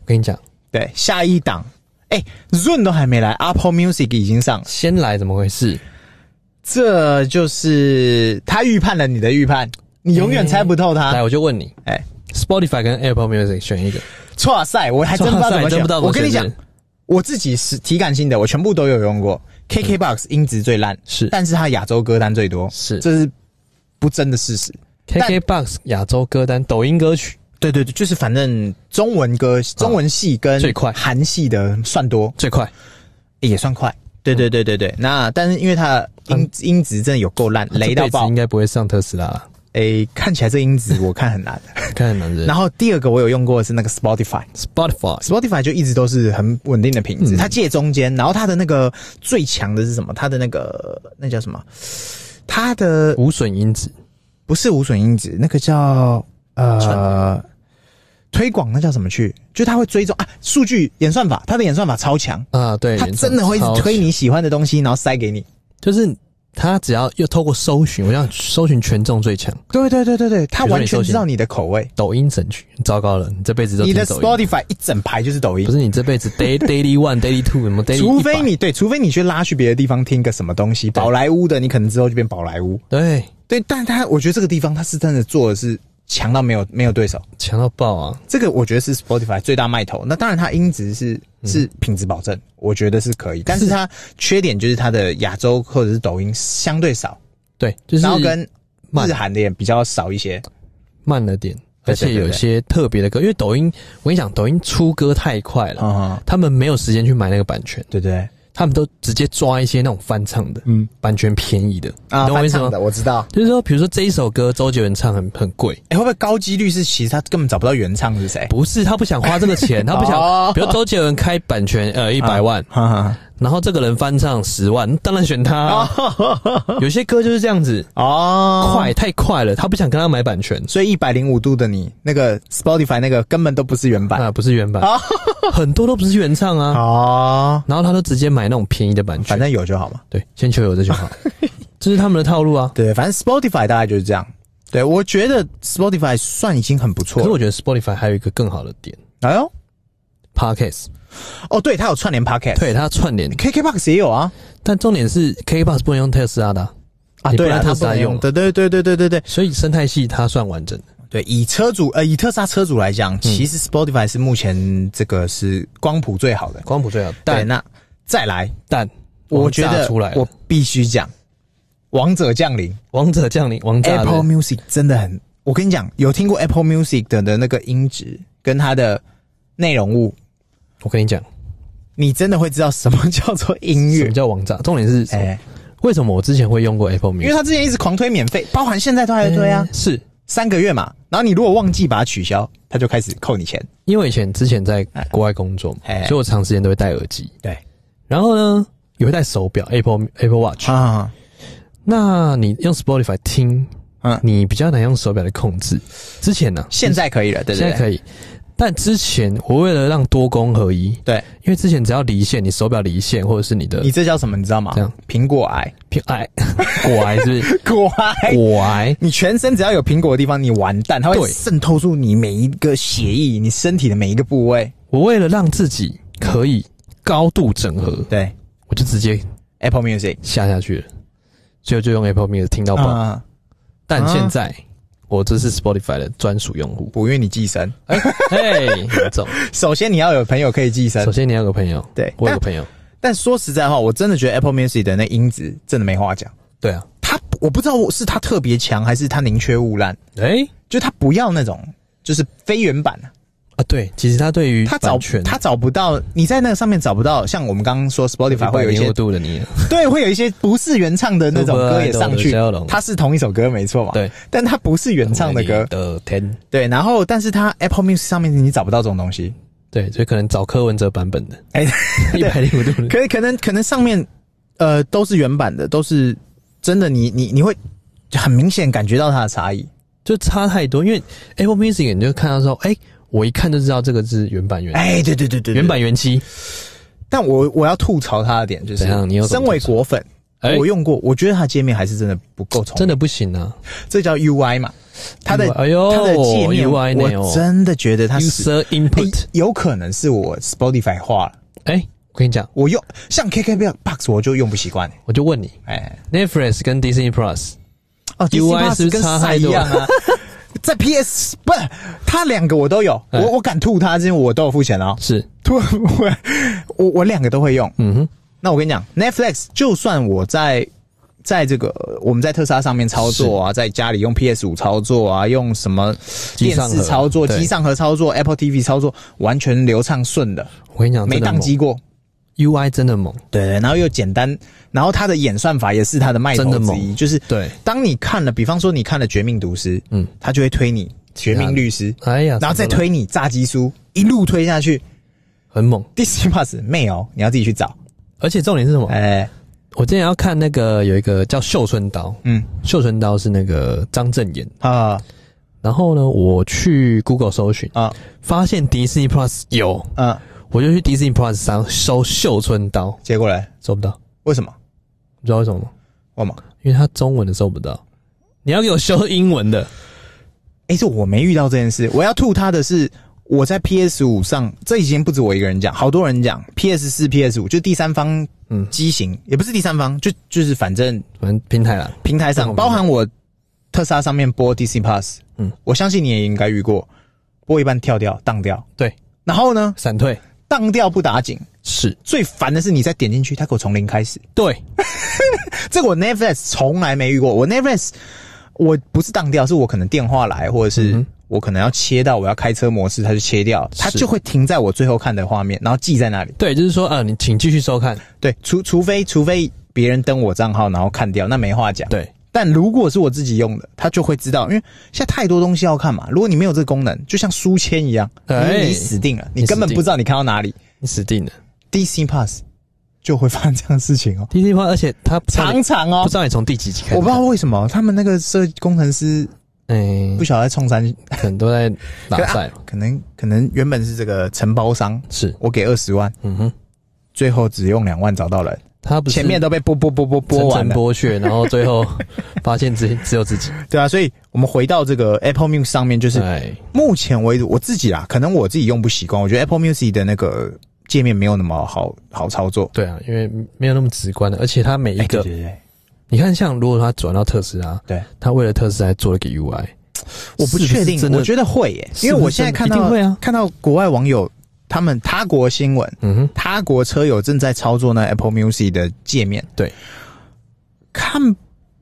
Speaker 1: 我跟你讲，
Speaker 2: 对，下一档，哎、润都还没来，Apple Music 已经上了，
Speaker 1: 先来怎么回事？
Speaker 2: 这就是他预判了你的预判，你永远猜不透他。
Speaker 1: 来，我就问你
Speaker 2: 哎、
Speaker 1: ，Spotify 跟 Apple Music 选一个，
Speaker 2: 错赛，我还真不知道怎么
Speaker 1: 真
Speaker 2: 选
Speaker 1: 不知道。怎么
Speaker 2: 我跟你
Speaker 1: 选
Speaker 2: 讲，我自己是体感性的，我全部都有用过。KKBOX 音质最烂，
Speaker 1: 是
Speaker 2: 但是它亚洲歌单最多，
Speaker 1: 是
Speaker 2: 这是不争的事实。但
Speaker 1: KKBox 亚洲歌单、抖音歌曲
Speaker 2: 对对对，就是反正中文歌、中文系跟
Speaker 1: 最快
Speaker 2: 韩系的算多，
Speaker 1: 最快，
Speaker 2: 也算快。对对对对对，那但是因为它的音音质真的有够烂，雷
Speaker 1: 这
Speaker 2: 到
Speaker 1: 辈子
Speaker 2: 爆
Speaker 1: 应。该不会上特斯拉了，
Speaker 2: 诶，看起来这音质我看很难。
Speaker 1: 看很难的。
Speaker 2: 然后第二个我有用过的是那个 Spotify。
Speaker 1: Spotify
Speaker 2: Spotify 就一直都是很稳定的品质，它介中间，然后它的那个最强的是什么？它的那个那叫什么？它的
Speaker 1: 无损音质，
Speaker 2: 不是无损音质，那个叫呃推广，那叫什么去？就它会追踪啊，数据演算法，它的演算法超强，
Speaker 1: 啊，对，
Speaker 2: 它
Speaker 1: 原创
Speaker 2: 真的会一直
Speaker 1: 超
Speaker 2: 推你喜欢的东西，然后塞给你。
Speaker 1: 就是他只要又透过搜寻，我想搜寻权重最强，
Speaker 2: 对对对对对，它
Speaker 1: 比如说
Speaker 2: 完
Speaker 1: 你
Speaker 2: 全
Speaker 1: 搜寻
Speaker 2: 知道你的口味，
Speaker 1: 抖音神曲，糟糕了，你这辈子都
Speaker 2: 你
Speaker 1: 听
Speaker 2: 的
Speaker 1: 抖音，
Speaker 2: Spotify 一整排就是抖音
Speaker 1: 不。是你这 辈子 day daily one daily two 什么 daily，
Speaker 2: 除非
Speaker 1: 100
Speaker 2: 你对，除非你去拉去别的地方听个什么东西，宝莱坞的，你可能之后就变宝莱坞。
Speaker 1: 对
Speaker 2: 对，但他我觉得这个地方他是真的做的是强到没有没有对手，
Speaker 1: 强到爆啊！
Speaker 2: 这个我觉得是 Spotify 最大卖头。那当然它音质是是品质保证，我觉得是可以，但是它缺点就是它的亚洲或者是抖音相对少，
Speaker 1: 对，就是
Speaker 2: 然后跟
Speaker 1: 慢
Speaker 2: 日韩的也比较少一些。
Speaker 1: 慢了点，而
Speaker 2: 对对
Speaker 1: 且有一些特别的歌，因为抖音，我跟你讲，抖音出歌太快了，
Speaker 2: 嗯
Speaker 1: 他们没有时间去买那个版权，
Speaker 2: 对对
Speaker 1: 他们都直接抓一些那种翻唱的，
Speaker 2: 嗯
Speaker 1: 嗯，版权便宜的，
Speaker 2: 啊，
Speaker 1: 你懂我
Speaker 2: 翻
Speaker 1: 意思
Speaker 2: 唱的
Speaker 1: 吗？
Speaker 2: 我知道。
Speaker 1: 就是说，比如说这一首歌，周杰伦唱很很贵，
Speaker 2: 哎、会不会高几率是其实他根本找不到原唱是谁？
Speaker 1: 不是他不想花这个 钱，他不
Speaker 2: 哦啊
Speaker 1: 想，比如周杰伦开版权呃一百万，
Speaker 2: 哈哈，
Speaker 1: 然后这个人翻唱十万，当然选他啊、有些歌就是这样子，
Speaker 2: 哦，
Speaker 1: 快太快了，他不想跟他买版权
Speaker 2: 所以一百零五度的你，那个 Spotify 那个根本都不是原版
Speaker 1: 啊，不是原版，很多都不是原唱啊，
Speaker 2: 哦，
Speaker 1: 然后他都直接买那种便宜的版
Speaker 2: 反
Speaker 1: 权，
Speaker 2: 正有就好嘛。
Speaker 1: 对，先求有这 就好，这是他们的套路啊。
Speaker 2: 对，反正 Spotify 大概就是这样。对，我觉得 Spotify 算已经很不错
Speaker 1: 可是
Speaker 2: 了。
Speaker 1: 我觉得 Spotify 还有一个更好的点
Speaker 2: 哎呦，
Speaker 1: ，Podcast，
Speaker 2: 哦，对，它有串联 Podcast，
Speaker 1: 对它串联，
Speaker 2: ，KKBox 也有啊。
Speaker 1: 但重点是 KBox 不能用特斯拉的啊、
Speaker 2: 啊，
Speaker 1: 你不
Speaker 2: 对啊，
Speaker 1: 能
Speaker 2: 它
Speaker 1: 特
Speaker 2: 不
Speaker 1: 斯拉
Speaker 2: 能
Speaker 1: 用
Speaker 2: 用。
Speaker 1: 啊，
Speaker 2: 对对对对对对对
Speaker 1: 所以生态系它算完整的。
Speaker 2: 对，以车主呃，以特斯拉车主来讲，其实 Spotify 是目前这个是光谱最好的。
Speaker 1: 光谱最好，
Speaker 2: 对，
Speaker 1: 但
Speaker 2: 那再来，
Speaker 1: 但
Speaker 2: 我觉
Speaker 1: 王
Speaker 2: 得
Speaker 1: 炸出来了
Speaker 2: 我必须讲，《王者降临》
Speaker 1: 王者降临，王炸的
Speaker 2: Apple Music 真的很，我跟你讲，有听过 Apple Music 的的那个音质跟它的内容物，
Speaker 1: 我跟你讲，
Speaker 2: 你真的会知道什么叫做音
Speaker 1: 什
Speaker 2: 乐
Speaker 1: 么。叫王炸？重点是什么
Speaker 2: 哎
Speaker 1: 为什么我之前会用过 Apple
Speaker 2: 因为
Speaker 1: Music？
Speaker 2: 他之前一直狂推免费，包含现在都还在推啊，
Speaker 1: 嗯是
Speaker 2: 三个月嘛。然后你如果忘记把它取消，他就开始扣你钱。
Speaker 1: 因为以前之前在国外工作嘛
Speaker 2: 哎，
Speaker 1: 所以我长时间都会戴耳机，
Speaker 2: 对，
Speaker 1: 然后呢也会戴手表 Apple Apple Watch。
Speaker 2: 啊，
Speaker 1: 那你用 Spotify 听，
Speaker 2: 嗯
Speaker 1: 你比较难用手表来控制。之前呢，
Speaker 2: 现在可以了，对
Speaker 1: 现
Speaker 2: 对
Speaker 1: 在可
Speaker 2: 对，
Speaker 1: 以，但之前我为了让多功合一，
Speaker 2: 对
Speaker 1: 因为之前只要离线，你手表离线或者是你的
Speaker 2: 你这叫什么？你知道吗
Speaker 1: 这样？
Speaker 2: 苹果癌，
Speaker 1: 苹哎果癌是不 是？
Speaker 2: 果癌。
Speaker 1: 果癌
Speaker 2: 你全身只要有苹果的地方，你完蛋，它会
Speaker 1: 对
Speaker 2: 渗透出你每一个血液，你身体的每一个部位。
Speaker 1: 我为了让自己可以高度整合，
Speaker 2: 对
Speaker 1: 我就直接
Speaker 2: ，Apple Music
Speaker 1: 下下去了，所以就用 Apple Music 听到爆。
Speaker 2: 啊，。
Speaker 1: 但现在、我这是 Spotify 的专属用户
Speaker 2: 不愿你寄生。
Speaker 1: 哎、 嘿走。
Speaker 2: 首先你要有朋友可以寄生
Speaker 1: 首，先你要有个朋友，
Speaker 2: 对
Speaker 1: 我有个朋友，
Speaker 2: 但说实在话，我真的觉得 Apple Music 的那音质真的没话讲。
Speaker 1: 对啊，
Speaker 2: 它我不知道是它特别强，还是它宁缺毋滥。
Speaker 1: 哎、
Speaker 2: 就他不要那种就是非原版，
Speaker 1: 啊，对，其实他对于
Speaker 2: 他找
Speaker 1: 版权
Speaker 2: 他找不到，你在那个上面找不到，像我们刚刚说 Spotify 会有一
Speaker 1: 零
Speaker 2: 些
Speaker 1: 五度的你，啊
Speaker 2: 对，会有一些不是原唱的那种歌也上去
Speaker 1: Super Idol 的蛟龙，
Speaker 2: 它是同一首歌没错嘛，
Speaker 1: 对，
Speaker 2: 但它不是原唱的歌，
Speaker 1: 的天，
Speaker 2: 对，然后但是它 Apple Music 上面你找不到这种东西，
Speaker 1: 对，所以可能找柯文哲版本的，
Speaker 2: 哎、
Speaker 1: 一百零五度的，
Speaker 2: 可可能可能上面呃都是原版的，都是真的你，你你会很明显感觉到它的差异，
Speaker 1: 就差太多。因为 Apple Music 你就看到说，哎、我一看就知道这个是原版原、
Speaker 2: 哎、对对对对对哦
Speaker 1: 原版原漆，
Speaker 2: 但我我要吐槽它的点就是
Speaker 1: 怎样你有，什么
Speaker 2: 身为果粉。
Speaker 1: 哎
Speaker 2: 我用过，我觉得它界面还是真的不够聪明
Speaker 1: 真的不行啊。
Speaker 2: 这叫 UI 嘛？它的
Speaker 1: UI 哎呦
Speaker 2: 它的界面
Speaker 1: UI 呢哦
Speaker 2: 我真的觉得它是、
Speaker 1: User
Speaker 2: 哎
Speaker 1: input，
Speaker 2: 有可能是我 Spotify 化了，
Speaker 1: 哎、我跟你讲，
Speaker 2: 我用像 KKBox 我就用不习惯、
Speaker 1: 我就问你
Speaker 2: 哎，
Speaker 1: ，Netflix 跟 Disney Plus
Speaker 2: 哦
Speaker 1: UI
Speaker 2: Disney Plus
Speaker 1: 是不是
Speaker 2: 跟
Speaker 1: 差
Speaker 2: 赛
Speaker 1: 太
Speaker 2: 一
Speaker 1: 多
Speaker 2: 样 啊？在 PS 不，它两个我都有，我
Speaker 1: 哎
Speaker 2: 我敢吐它之前我都有付钱哦，
Speaker 1: 是，
Speaker 2: 吐 我我我两个都会用。
Speaker 1: 嗯哼，
Speaker 2: 那我跟你讲，Netflix 就算我在在这个我们在特斯拉上面操作啊，在家里用 PS 五操作啊，用什么
Speaker 1: 机
Speaker 2: 电
Speaker 1: 上盒
Speaker 2: 视操作、
Speaker 1: 对
Speaker 2: 机上盒操作、Apple TV 操作，完全流畅顺的，
Speaker 1: 我跟你讲，
Speaker 2: 没
Speaker 1: 哦真的
Speaker 2: 宕
Speaker 1: 猛
Speaker 2: 机过。
Speaker 1: ，UI 真的猛，
Speaker 2: 对，然后又简单，然后它的演算法也是它的卖
Speaker 1: 哦真
Speaker 2: 头
Speaker 1: 的
Speaker 2: 之
Speaker 1: 猛
Speaker 2: 一，就是
Speaker 1: 对，
Speaker 2: 当你看了，比方说你看了《绝命毒师》，
Speaker 1: 嗯，
Speaker 2: 它就会推你《绝命律师》，
Speaker 1: 哎呀，
Speaker 2: 然后再
Speaker 1: 真的
Speaker 2: 推你《炸鸡叔》，一路推下去。
Speaker 1: 很猛，
Speaker 2: Disney Plus 没有，你要自己去找。
Speaker 1: 而且重点是什么？
Speaker 2: 哎，
Speaker 1: 我之前要看那个有一个叫《绣春刀》，
Speaker 2: 嗯
Speaker 1: 《绣春刀》是那个张震演。
Speaker 2: 啊
Speaker 1: 然后呢，我去 Google 搜寻，
Speaker 2: 啊
Speaker 1: 发现 Disney Plus 有，
Speaker 2: 啊！
Speaker 1: 我就去 Disney Plus 上搜《绣春刀》，
Speaker 2: 结果嘞，
Speaker 1: 搜不到，
Speaker 2: 为什么？
Speaker 1: 你知道为什么吗？
Speaker 2: 为什么？
Speaker 1: 因为它中文的搜不到，你要给我搜英文的，
Speaker 2: 哎、是我没遇到这件事。我要吐他的是，我在 PS 五上，这已经不止我一个人讲，好多人讲 PS 四、PS 五，就第三方
Speaker 1: 嗯
Speaker 2: 机型，也不是第三方，就就是反正
Speaker 1: 反正平台啦，
Speaker 2: 平台
Speaker 1: 各
Speaker 2: 上，
Speaker 1: 种
Speaker 2: 包含我特斯拉上面播 DC Plus，
Speaker 1: 嗯，
Speaker 2: 我相信你也应该遇过，播一半跳掉、当掉，
Speaker 1: 对，
Speaker 2: 然后呢，
Speaker 1: 闪退
Speaker 2: 当掉不打紧，
Speaker 1: 是
Speaker 2: 最烦的是你再点进去，它给我从零开始，
Speaker 1: 对，
Speaker 2: 这个我 Netflix 从来没遇过，我 Netflix 我不是当掉，是我可能电话来，或者
Speaker 1: 嗯
Speaker 2: 是
Speaker 1: 哼
Speaker 2: 我可能要切到我要开车模式，它就切掉，它
Speaker 1: 是
Speaker 2: 就会停在我最后看的画面，然后记在那里。
Speaker 1: 对，就是说，呃，你请继续收看，
Speaker 2: 对，除除非除非别人登我账号然后看掉，那没话讲。
Speaker 1: 对，
Speaker 2: 但如果是我自己用的，他就会知道，因为现在太多东西要看嘛。如果你没有这个功能，就像书签一样，
Speaker 1: 哎
Speaker 2: 你你死定了，你
Speaker 1: 你死
Speaker 2: 根本
Speaker 1: 定
Speaker 2: 不知道你看到哪里。
Speaker 1: 你死定了。
Speaker 2: DC Pass 就会发生这样的事情哦，
Speaker 1: Disney Plus，而且它不知道你
Speaker 2: 常常哦
Speaker 1: 不知。道你从第几集开始，
Speaker 2: 我不知道，为什么他们那个设计工程师
Speaker 1: 哎
Speaker 2: 不，晓得在冲山，
Speaker 1: 可能都在打赛嘛，
Speaker 2: 可啊能可能原本是这个承包商，
Speaker 1: 是，
Speaker 2: 我给二十万，
Speaker 1: 嗯哼，
Speaker 2: 最后只用两万找到人，
Speaker 1: 它不是
Speaker 2: 前面都被剥剥剥剥剥
Speaker 1: 层
Speaker 2: 完
Speaker 1: 层
Speaker 2: 了。
Speaker 1: 剥削，然后最 后发现只只有自己。
Speaker 2: 对啊，所以我们回到这个 Apple Music 上面，就是
Speaker 1: 哎，
Speaker 2: 目前为止，我自己啦，可能我自己用不习惯。我觉得 Apple Music 的那个界面没有那么好好操作。
Speaker 1: 对啊，因为没有那么直观的，而且它每一
Speaker 2: 哎
Speaker 1: 个，
Speaker 2: 对对对
Speaker 1: 你看，像如果它转到特斯拉，
Speaker 2: 对，
Speaker 1: 它为了特斯拉做了个 UI，
Speaker 2: 我不确定，
Speaker 1: 是不是真的
Speaker 2: 我觉得会耶、
Speaker 1: 是不是
Speaker 2: 因为我现在看
Speaker 1: 真的
Speaker 2: 到
Speaker 1: 一定会啊
Speaker 2: 看到国外网友他们他国新闻，
Speaker 1: 嗯哼，
Speaker 2: 他国车友正在操作那 Apple Music 的界面，
Speaker 1: 对，
Speaker 2: 看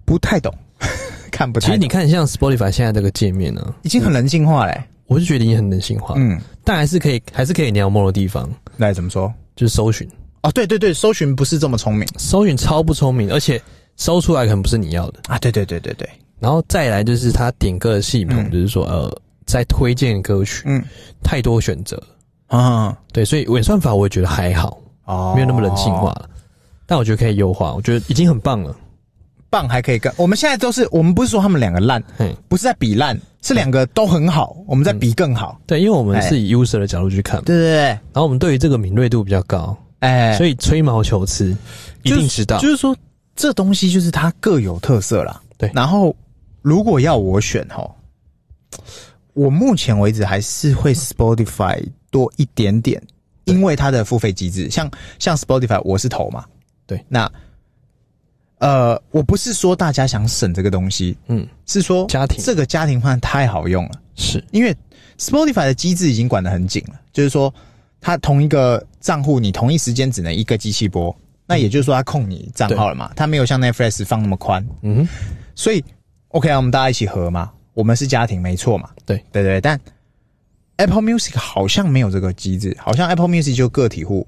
Speaker 2: 不太懂， 看不
Speaker 1: 其
Speaker 2: 太
Speaker 1: 实
Speaker 2: 懂
Speaker 1: 你，看像 Spotify 现在这个界面呢、
Speaker 2: 已经很人性化嘞、
Speaker 1: 我是觉得已经很人性化，
Speaker 2: 嗯，
Speaker 1: 但还是可以，还是可以描摹的地方，
Speaker 2: 那怎么说？
Speaker 1: 就是搜寻，
Speaker 2: 哦，对对对，搜寻不是这么聪明
Speaker 1: 搜寻超不聪明，而且搜出来可能不是你要的。
Speaker 2: 啊！对对对对对，
Speaker 1: 然后再来就是它点歌的系统，
Speaker 2: 嗯
Speaker 1: 就是说呃，在推荐歌曲
Speaker 2: 嗯
Speaker 1: 太多选择了，
Speaker 2: 啊
Speaker 1: 对，所以演算法我也觉得还好，
Speaker 2: 哦，
Speaker 1: 没有那么人性化，了。但我觉得可以优化，我觉得已经很棒了。
Speaker 2: 棒还可以更。我们现在都是，我们不是说他们两个烂，
Speaker 1: 嘿，
Speaker 2: 不是在比烂，是两个都很好，我们在比更好。
Speaker 1: 对，因为我们
Speaker 2: 哎
Speaker 1: 是以 user 的角度去看嘛，
Speaker 2: 对对对，
Speaker 1: 然后我们对于这个敏锐度比较高，
Speaker 2: 哎，
Speaker 1: 所以吹毛求疵一
Speaker 2: 就是
Speaker 1: 定知道
Speaker 2: 就。是说，这东西就是它各有特色啦。
Speaker 1: 对
Speaker 2: 然后如果要我选吼，我目前为止还是会 Spotify 多一点点，
Speaker 1: 对
Speaker 2: 因为它的付费机制，像像 Spotify 我是投嘛，
Speaker 1: 对，
Speaker 2: 那呃，我不是说大家想省这个东西，
Speaker 1: 嗯，
Speaker 2: 是说
Speaker 1: 家庭
Speaker 2: 这个家庭方案太好用了。
Speaker 1: 是
Speaker 2: 因为 Spotify 的机制已经管得很紧了，就是说它同一个账户，你同一时间只能一个机器播，那也就是说它控你账号了嘛，它没有像 Netflix 放那么宽，
Speaker 1: 嗯哼，
Speaker 2: 所以 OK 啊，我们大家一起合嘛，我们是家庭没错嘛，
Speaker 1: 对
Speaker 2: 对对，但 Apple Music 好像没有这个机制，好像 Apple Music 就个体户，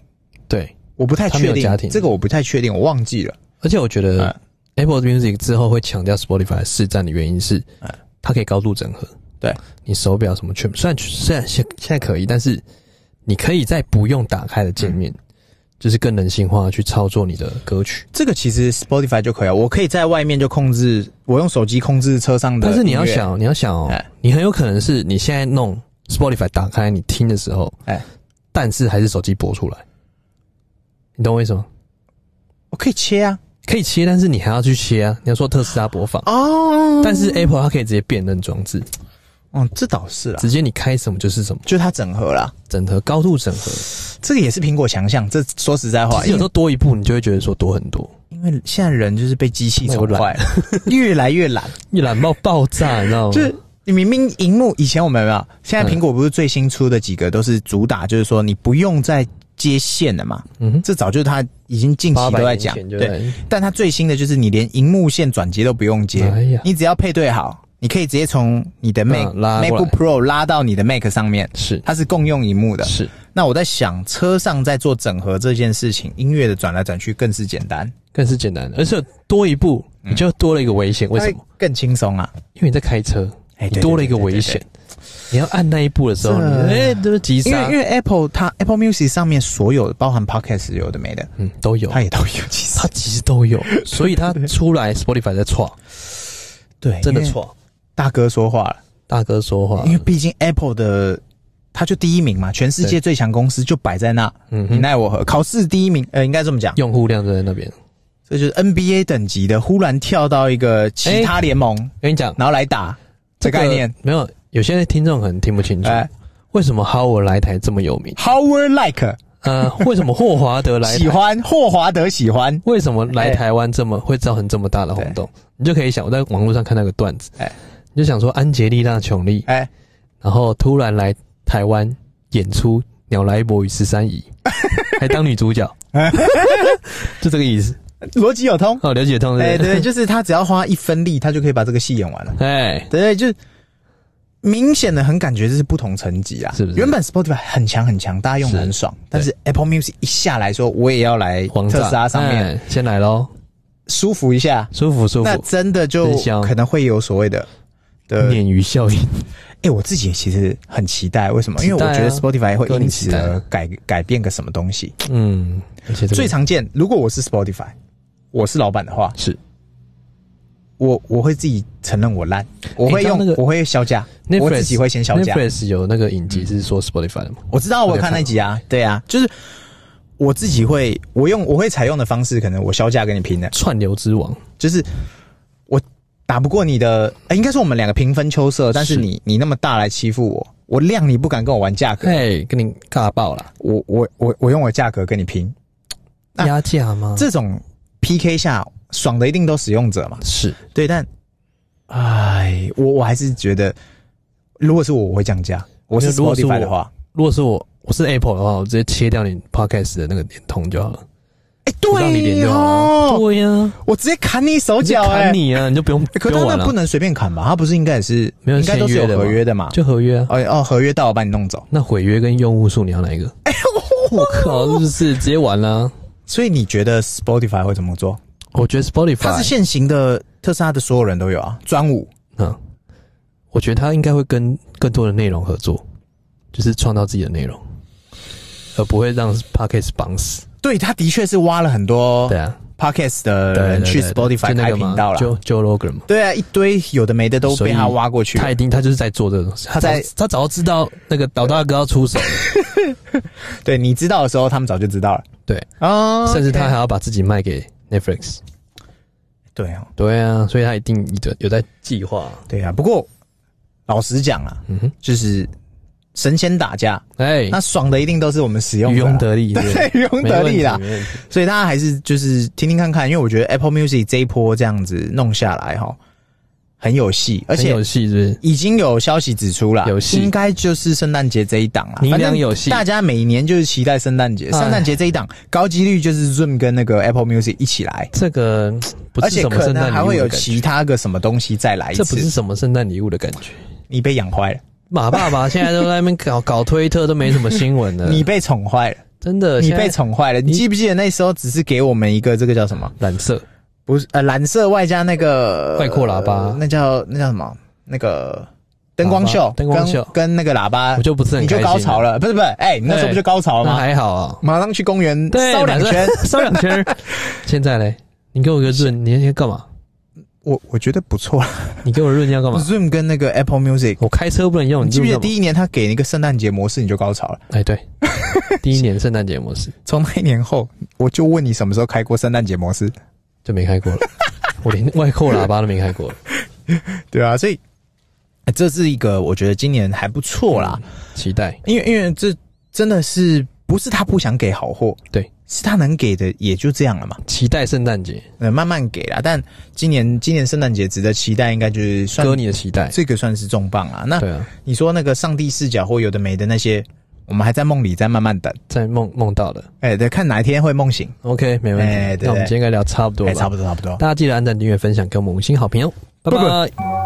Speaker 1: 对，
Speaker 2: 我不太
Speaker 1: 它没
Speaker 2: 确
Speaker 1: 有家
Speaker 2: 定
Speaker 1: 庭
Speaker 2: 这个我不太确定，我忘记了，
Speaker 1: 而且我觉得
Speaker 2: 哎
Speaker 1: Apple Music 之后会强调 Spotify 的市占的原因是
Speaker 2: 哎，
Speaker 1: 它可以高度整合。
Speaker 2: 对，
Speaker 1: 你手表什么全，虽然虽然现现在可以，但是你可以在不用打开的界面，
Speaker 2: 嗯
Speaker 1: 就是更人性化地去操作你的歌曲。
Speaker 2: 这个其实 Spotify 就可以了，啊我可以在外面就控制，我用手机控制车上的，
Speaker 1: 但是你要，想，你要想哦
Speaker 2: 哎，
Speaker 1: 你很有可能是你现在弄 Spotify 打开你听的时候，
Speaker 2: 哎，
Speaker 1: 但是还是手机播出来，你懂我意思吗？
Speaker 2: 我可以切啊，
Speaker 1: 可以切，但是你还要去切啊！你要说特斯拉播放，
Speaker 2: 哦，
Speaker 1: 但是 Apple 它可以直接辨认装置，
Speaker 2: 嗯，这倒是啦，
Speaker 1: 直接你开什么就是什么，
Speaker 2: 就是它整合啦。
Speaker 1: 整合高度整合。
Speaker 2: 这个也是苹果强项，这说实在
Speaker 1: 其
Speaker 2: 话，
Speaker 1: 实有
Speaker 2: 因
Speaker 1: 时
Speaker 2: 为
Speaker 1: 候多一步，你就会觉得说多很多。
Speaker 2: 因因为现在人就是被机器宠
Speaker 1: 我
Speaker 2: 坏
Speaker 1: 懒
Speaker 2: 了，越来越懒。
Speaker 1: 一懒爆爆炸，你知道吗？
Speaker 2: 就是你明明荧幕以前我们有没有？现
Speaker 1: 嗯
Speaker 2: 在苹果不是最新出的几个都是主打，就是说你不用再接线了嘛。
Speaker 1: 嗯哼，
Speaker 2: 这早就他已经近期
Speaker 1: 八百
Speaker 2: 都在
Speaker 1: 年
Speaker 2: 讲，
Speaker 1: 前就
Speaker 2: 对。
Speaker 1: 在
Speaker 2: 但它最新的就是你连荧幕线转接都不用接，
Speaker 1: 哎呀
Speaker 2: 你只要配对好，你可以直接从你的 Mac、
Speaker 1: 嗯拉过来
Speaker 2: MacBook Pro 拉到你的 Mac 上面，
Speaker 1: 是
Speaker 2: 它是共用荧幕的。
Speaker 1: 是，
Speaker 2: 那我在想，车上在做整合这件事情，音乐的转来转去更是简单，
Speaker 1: 更是简单的，而且多一步你就多了一个危险。为什
Speaker 2: 它
Speaker 1: 么
Speaker 2: 会？更轻松啊？
Speaker 1: 因为你在开车，
Speaker 2: 哎
Speaker 1: 你
Speaker 2: 对
Speaker 1: 多了一个
Speaker 2: 对对对
Speaker 1: 危
Speaker 2: 对
Speaker 1: 险。你要按那一步的时候，
Speaker 2: 这
Speaker 1: 你哎，都是急
Speaker 2: 因为
Speaker 1: 刹
Speaker 2: 因，为 Apple 它 Apple Music 上面所有的包含 Podcast 有的没的，
Speaker 1: 嗯，都有
Speaker 2: 它，也都有。其实
Speaker 1: 它其实都 有，所以它出来 Spotify 在错，
Speaker 2: 对，
Speaker 1: 真的
Speaker 2: 哎因为
Speaker 1: 错。
Speaker 2: 大哥说话了，
Speaker 1: 大哥说话
Speaker 2: 因，为毕竟 Apple 的它就第一名嘛，全世界
Speaker 1: 对
Speaker 2: 最强公司就摆在那，
Speaker 1: 嗯
Speaker 2: 你
Speaker 1: 哼，
Speaker 2: 奈我何？考试第一名，呃，应该这么讲，
Speaker 1: 用户量就在那边。
Speaker 2: 这就是 NBA 等级的，忽然跳到一个其他联盟，
Speaker 1: 跟你讲，
Speaker 2: 然后来打这
Speaker 1: 个
Speaker 2: 概念。
Speaker 1: 没有，有些听众可能听不清楚，
Speaker 2: 哎
Speaker 1: 为什么 Howard 来台这么有名？
Speaker 2: Howard like
Speaker 1: 呃，为什么霍华德来
Speaker 2: 喜
Speaker 1: 台？
Speaker 2: 欢霍华德喜欢，
Speaker 1: 为什么来台湾这么会造成这么大的轰动？你就可以想，我在网络上看到一个段子，
Speaker 2: 哎
Speaker 1: 你就想说安杰丽娜·琼丽，
Speaker 2: 哎，
Speaker 1: 然后突然来台湾演出《鸟来一与十三 姨》，还当女主角，就这个意思。
Speaker 2: 逻辑有通。
Speaker 1: 哦，了解通
Speaker 2: 哎，
Speaker 1: 对不对
Speaker 2: 对，就是他只要花一分力，他就可以把这个戏演完了。
Speaker 1: 哎，
Speaker 2: 对，就是明显的很感觉这是不同层级啊，
Speaker 1: 是不是
Speaker 2: 原本 Spotify 很强很强，大家用得很爽，但是 Apple Music 一下来说，我也要来
Speaker 1: 王
Speaker 2: 特
Speaker 1: 炸
Speaker 2: 斯拉上面、
Speaker 1: 哎先来喽，
Speaker 2: 舒服一下，
Speaker 1: 舒服舒
Speaker 2: 那
Speaker 1: 服，
Speaker 2: 真的就
Speaker 1: 真香
Speaker 2: 可能会有所谓的的
Speaker 1: 鲶鱼效应，
Speaker 2: 哎、我自己也其实很期待，为什么？因为我
Speaker 1: 期待啊
Speaker 2: 觉得 Spotify 会
Speaker 1: 更
Speaker 2: 因
Speaker 1: 期
Speaker 2: 此
Speaker 1: 待
Speaker 2: 而改改变个什么东西。
Speaker 1: 嗯，而且这个
Speaker 2: 最常见，如果我是 Spotify，我是老板的话，
Speaker 1: 是
Speaker 2: 我我会自己承认我烂，我
Speaker 1: 你
Speaker 2: 会
Speaker 1: 知道
Speaker 2: 用，
Speaker 1: 那个
Speaker 2: 我会销价，我自己会先嗯销价。
Speaker 1: Netflix 有那个影集是说 Spotify 的吗？
Speaker 2: 我知道，我有看那集啊，对啊，就是我自己会，我用我会采用的方式，可能我销价跟你拼的，
Speaker 1: 串流之王，
Speaker 2: 就是我打不过你的，哎、应该说我们两个平分秋色，但是
Speaker 1: 是
Speaker 2: 你你那么大来欺负我，我量你不敢跟我玩价格，
Speaker 1: 哎，跟你尬爆了，
Speaker 2: 我我我我用我价格跟你拼。啊
Speaker 1: 压价吗？
Speaker 2: 这种 PK 下爽的一定都使用者嘛，
Speaker 1: 是
Speaker 2: 对，但哎，我我还是觉得，如果是我，我会降价。我是
Speaker 1: 哦如果是
Speaker 2: Spotify
Speaker 1: 我
Speaker 2: 的话，
Speaker 1: 如果是我，我是 Apple 的话，我直接切掉你 Podcast 的那个连通就好了，
Speaker 2: 哎、
Speaker 1: 不让你连
Speaker 2: 对
Speaker 1: 就好了。
Speaker 2: 哦，
Speaker 1: 对呀，
Speaker 2: 我直接砍你手
Speaker 1: 我就
Speaker 2: 脚、哎，
Speaker 1: 砍你啊，你就不用
Speaker 2: 哎可
Speaker 1: 不
Speaker 2: 他
Speaker 1: 用玩
Speaker 2: 那不
Speaker 1: 了，
Speaker 2: 能随便砍吧？他不是应该也是
Speaker 1: 没有
Speaker 2: 应该都是有
Speaker 1: 签约的
Speaker 2: 合
Speaker 1: 嘛
Speaker 2: 约的嘛？
Speaker 1: 就合约啊。
Speaker 2: 哦哦，合约到我把你 弄走。哦
Speaker 1: 那毁约跟用户数你要哪一个？我靠，是不是直接完了？
Speaker 2: 所以你觉得 Spotify 会怎么做？
Speaker 1: 我觉得
Speaker 2: 它是
Speaker 1: Spotify，
Speaker 2: 现行的特斯拉的所有人都有啊，专武
Speaker 1: 嗯，我觉得他应该会跟更多的内容合作，就是创造自己的内容，而不会让 Podcast 绑死。
Speaker 2: 对，他的确是挖了很多
Speaker 1: 对啊，
Speaker 2: podcast 的
Speaker 1: 对
Speaker 2: 人
Speaker 1: 对
Speaker 2: 去
Speaker 1: 对对
Speaker 2: Spotify
Speaker 1: 就那
Speaker 2: 开
Speaker 1: 个嘛
Speaker 2: 频道了。
Speaker 1: ，Joe Joe Rogan 嘛，
Speaker 2: 对啊，一堆有的没的都
Speaker 1: 所
Speaker 2: 被
Speaker 1: 以
Speaker 2: 他挖过去了。
Speaker 1: 他一定他就是在做这个东西，他
Speaker 2: 在
Speaker 1: 在他早知道那个老大哥要出手，
Speaker 2: 对你知道的时候，他们早就知道了
Speaker 1: 对，
Speaker 2: 啊
Speaker 1: 甚至他还要把自己卖给 Netflix。
Speaker 2: 对哦，
Speaker 1: 对啊，所以他一定有有在计划。
Speaker 2: 对啊。不过老实讲啊，
Speaker 1: 嗯哼，
Speaker 2: 就是神仙打架，
Speaker 1: 哎，
Speaker 2: 那爽的一定都是我们使用
Speaker 1: 渔
Speaker 2: 者
Speaker 1: 翁
Speaker 2: 啦，
Speaker 1: 得 利，
Speaker 2: 对，渔翁得利啦
Speaker 1: 没问题。没问题
Speaker 2: 所以大家还是就是听听看看，因为我觉得 Apple Music 这一波这样子弄下来哈，很有戏，而
Speaker 1: 很
Speaker 2: 且
Speaker 1: 有戏是不是？
Speaker 2: 已经有消息指出啦，
Speaker 1: 有戏
Speaker 2: 应该就是圣诞节这一档啦。啊
Speaker 1: 明
Speaker 2: 反
Speaker 1: 亮
Speaker 2: 正
Speaker 1: 有戏
Speaker 2: 大家每年就是期待圣诞节。
Speaker 1: 哎
Speaker 2: 圣诞节这一档高几率就是 Zoom 跟那个 Apple Music 一起来，
Speaker 1: 这个嗯不
Speaker 2: 而
Speaker 1: 是
Speaker 2: 且
Speaker 1: 什么
Speaker 2: 可
Speaker 1: 圣
Speaker 2: 能
Speaker 1: 诞
Speaker 2: 还
Speaker 1: 礼物
Speaker 2: 会有
Speaker 1: 的感觉，
Speaker 2: 其他个什么东西再来一
Speaker 1: 这不是
Speaker 2: 次。
Speaker 1: 什么圣诞礼物的感觉。
Speaker 2: 你被养坏了，
Speaker 1: 马爸爸现在都在那边搞搞推特，都没什么新闻了。
Speaker 2: 你被宠坏了，
Speaker 1: 真的
Speaker 2: 你
Speaker 1: 呃现在
Speaker 2: 被宠坏了。你
Speaker 1: 你
Speaker 2: 记不记得那时候只是给我们一个这个叫什么？
Speaker 1: 染色，
Speaker 2: 不是呃蓝色外加那个
Speaker 1: 外扩喇叭
Speaker 2: 呃那叫那叫什么？那个灯光
Speaker 1: 喇叭
Speaker 2: 秀，
Speaker 1: 灯光秀
Speaker 2: 跟跟那个喇叭
Speaker 1: 我，就不是很
Speaker 2: 你就
Speaker 1: 开心
Speaker 2: 高潮，了，不是不是？哎，你那时
Speaker 1: 哎
Speaker 2: 候不就高潮了
Speaker 1: 那
Speaker 2: 吗？
Speaker 1: 还好啊。
Speaker 2: 马上去公园
Speaker 1: 对，
Speaker 2: 烧两
Speaker 1: 染色
Speaker 2: 圈。，
Speaker 1: 烧两圈。 现在嘞，你给我一个润，你你要干嘛？
Speaker 2: 我我觉得不 错了。
Speaker 1: 你给我润你要干嘛？
Speaker 2: Zoom 跟那个 Apple Music，
Speaker 1: 我开车不能用，
Speaker 2: 你
Speaker 1: 你
Speaker 2: 记不记得
Speaker 1: 第
Speaker 2: 第一年他给那个圣诞节模式你就高潮了？
Speaker 1: 哎对， 第一年圣诞节模式
Speaker 2: 从那一年后，我就问你什么时候开过圣诞节模式？
Speaker 1: 就没开 过了，我连外扣喇叭都没开过了，
Speaker 2: 对啊，所以、哎这是一个我觉得今年还不错啦，
Speaker 1: 期待
Speaker 2: 因为因为这真的是不是他不想给好货，
Speaker 1: 对，
Speaker 2: 是他能给的也就这样了嘛，
Speaker 1: 期待圣诞节，
Speaker 2: 呃，慢慢给啦。但今年今年圣诞节值得期待，应该就是算
Speaker 1: 割你的期待。
Speaker 2: 这个算是重磅啊。那
Speaker 1: 对啊，
Speaker 2: 你说那个上帝视角或有的没的那些，我们还在梦里在慢慢等，
Speaker 1: 在梦梦到了
Speaker 2: 哎、对，看哪一天会梦醒，
Speaker 1: ，OK，没问题。
Speaker 2: 哎对
Speaker 1: 那我们今天应该聊差不多
Speaker 2: 哎、
Speaker 1: 了，
Speaker 2: 差不多差不多。
Speaker 1: 大家记得按赞、订阅、分享，给我们五星好评哦，拜
Speaker 2: 拜
Speaker 1: 拜。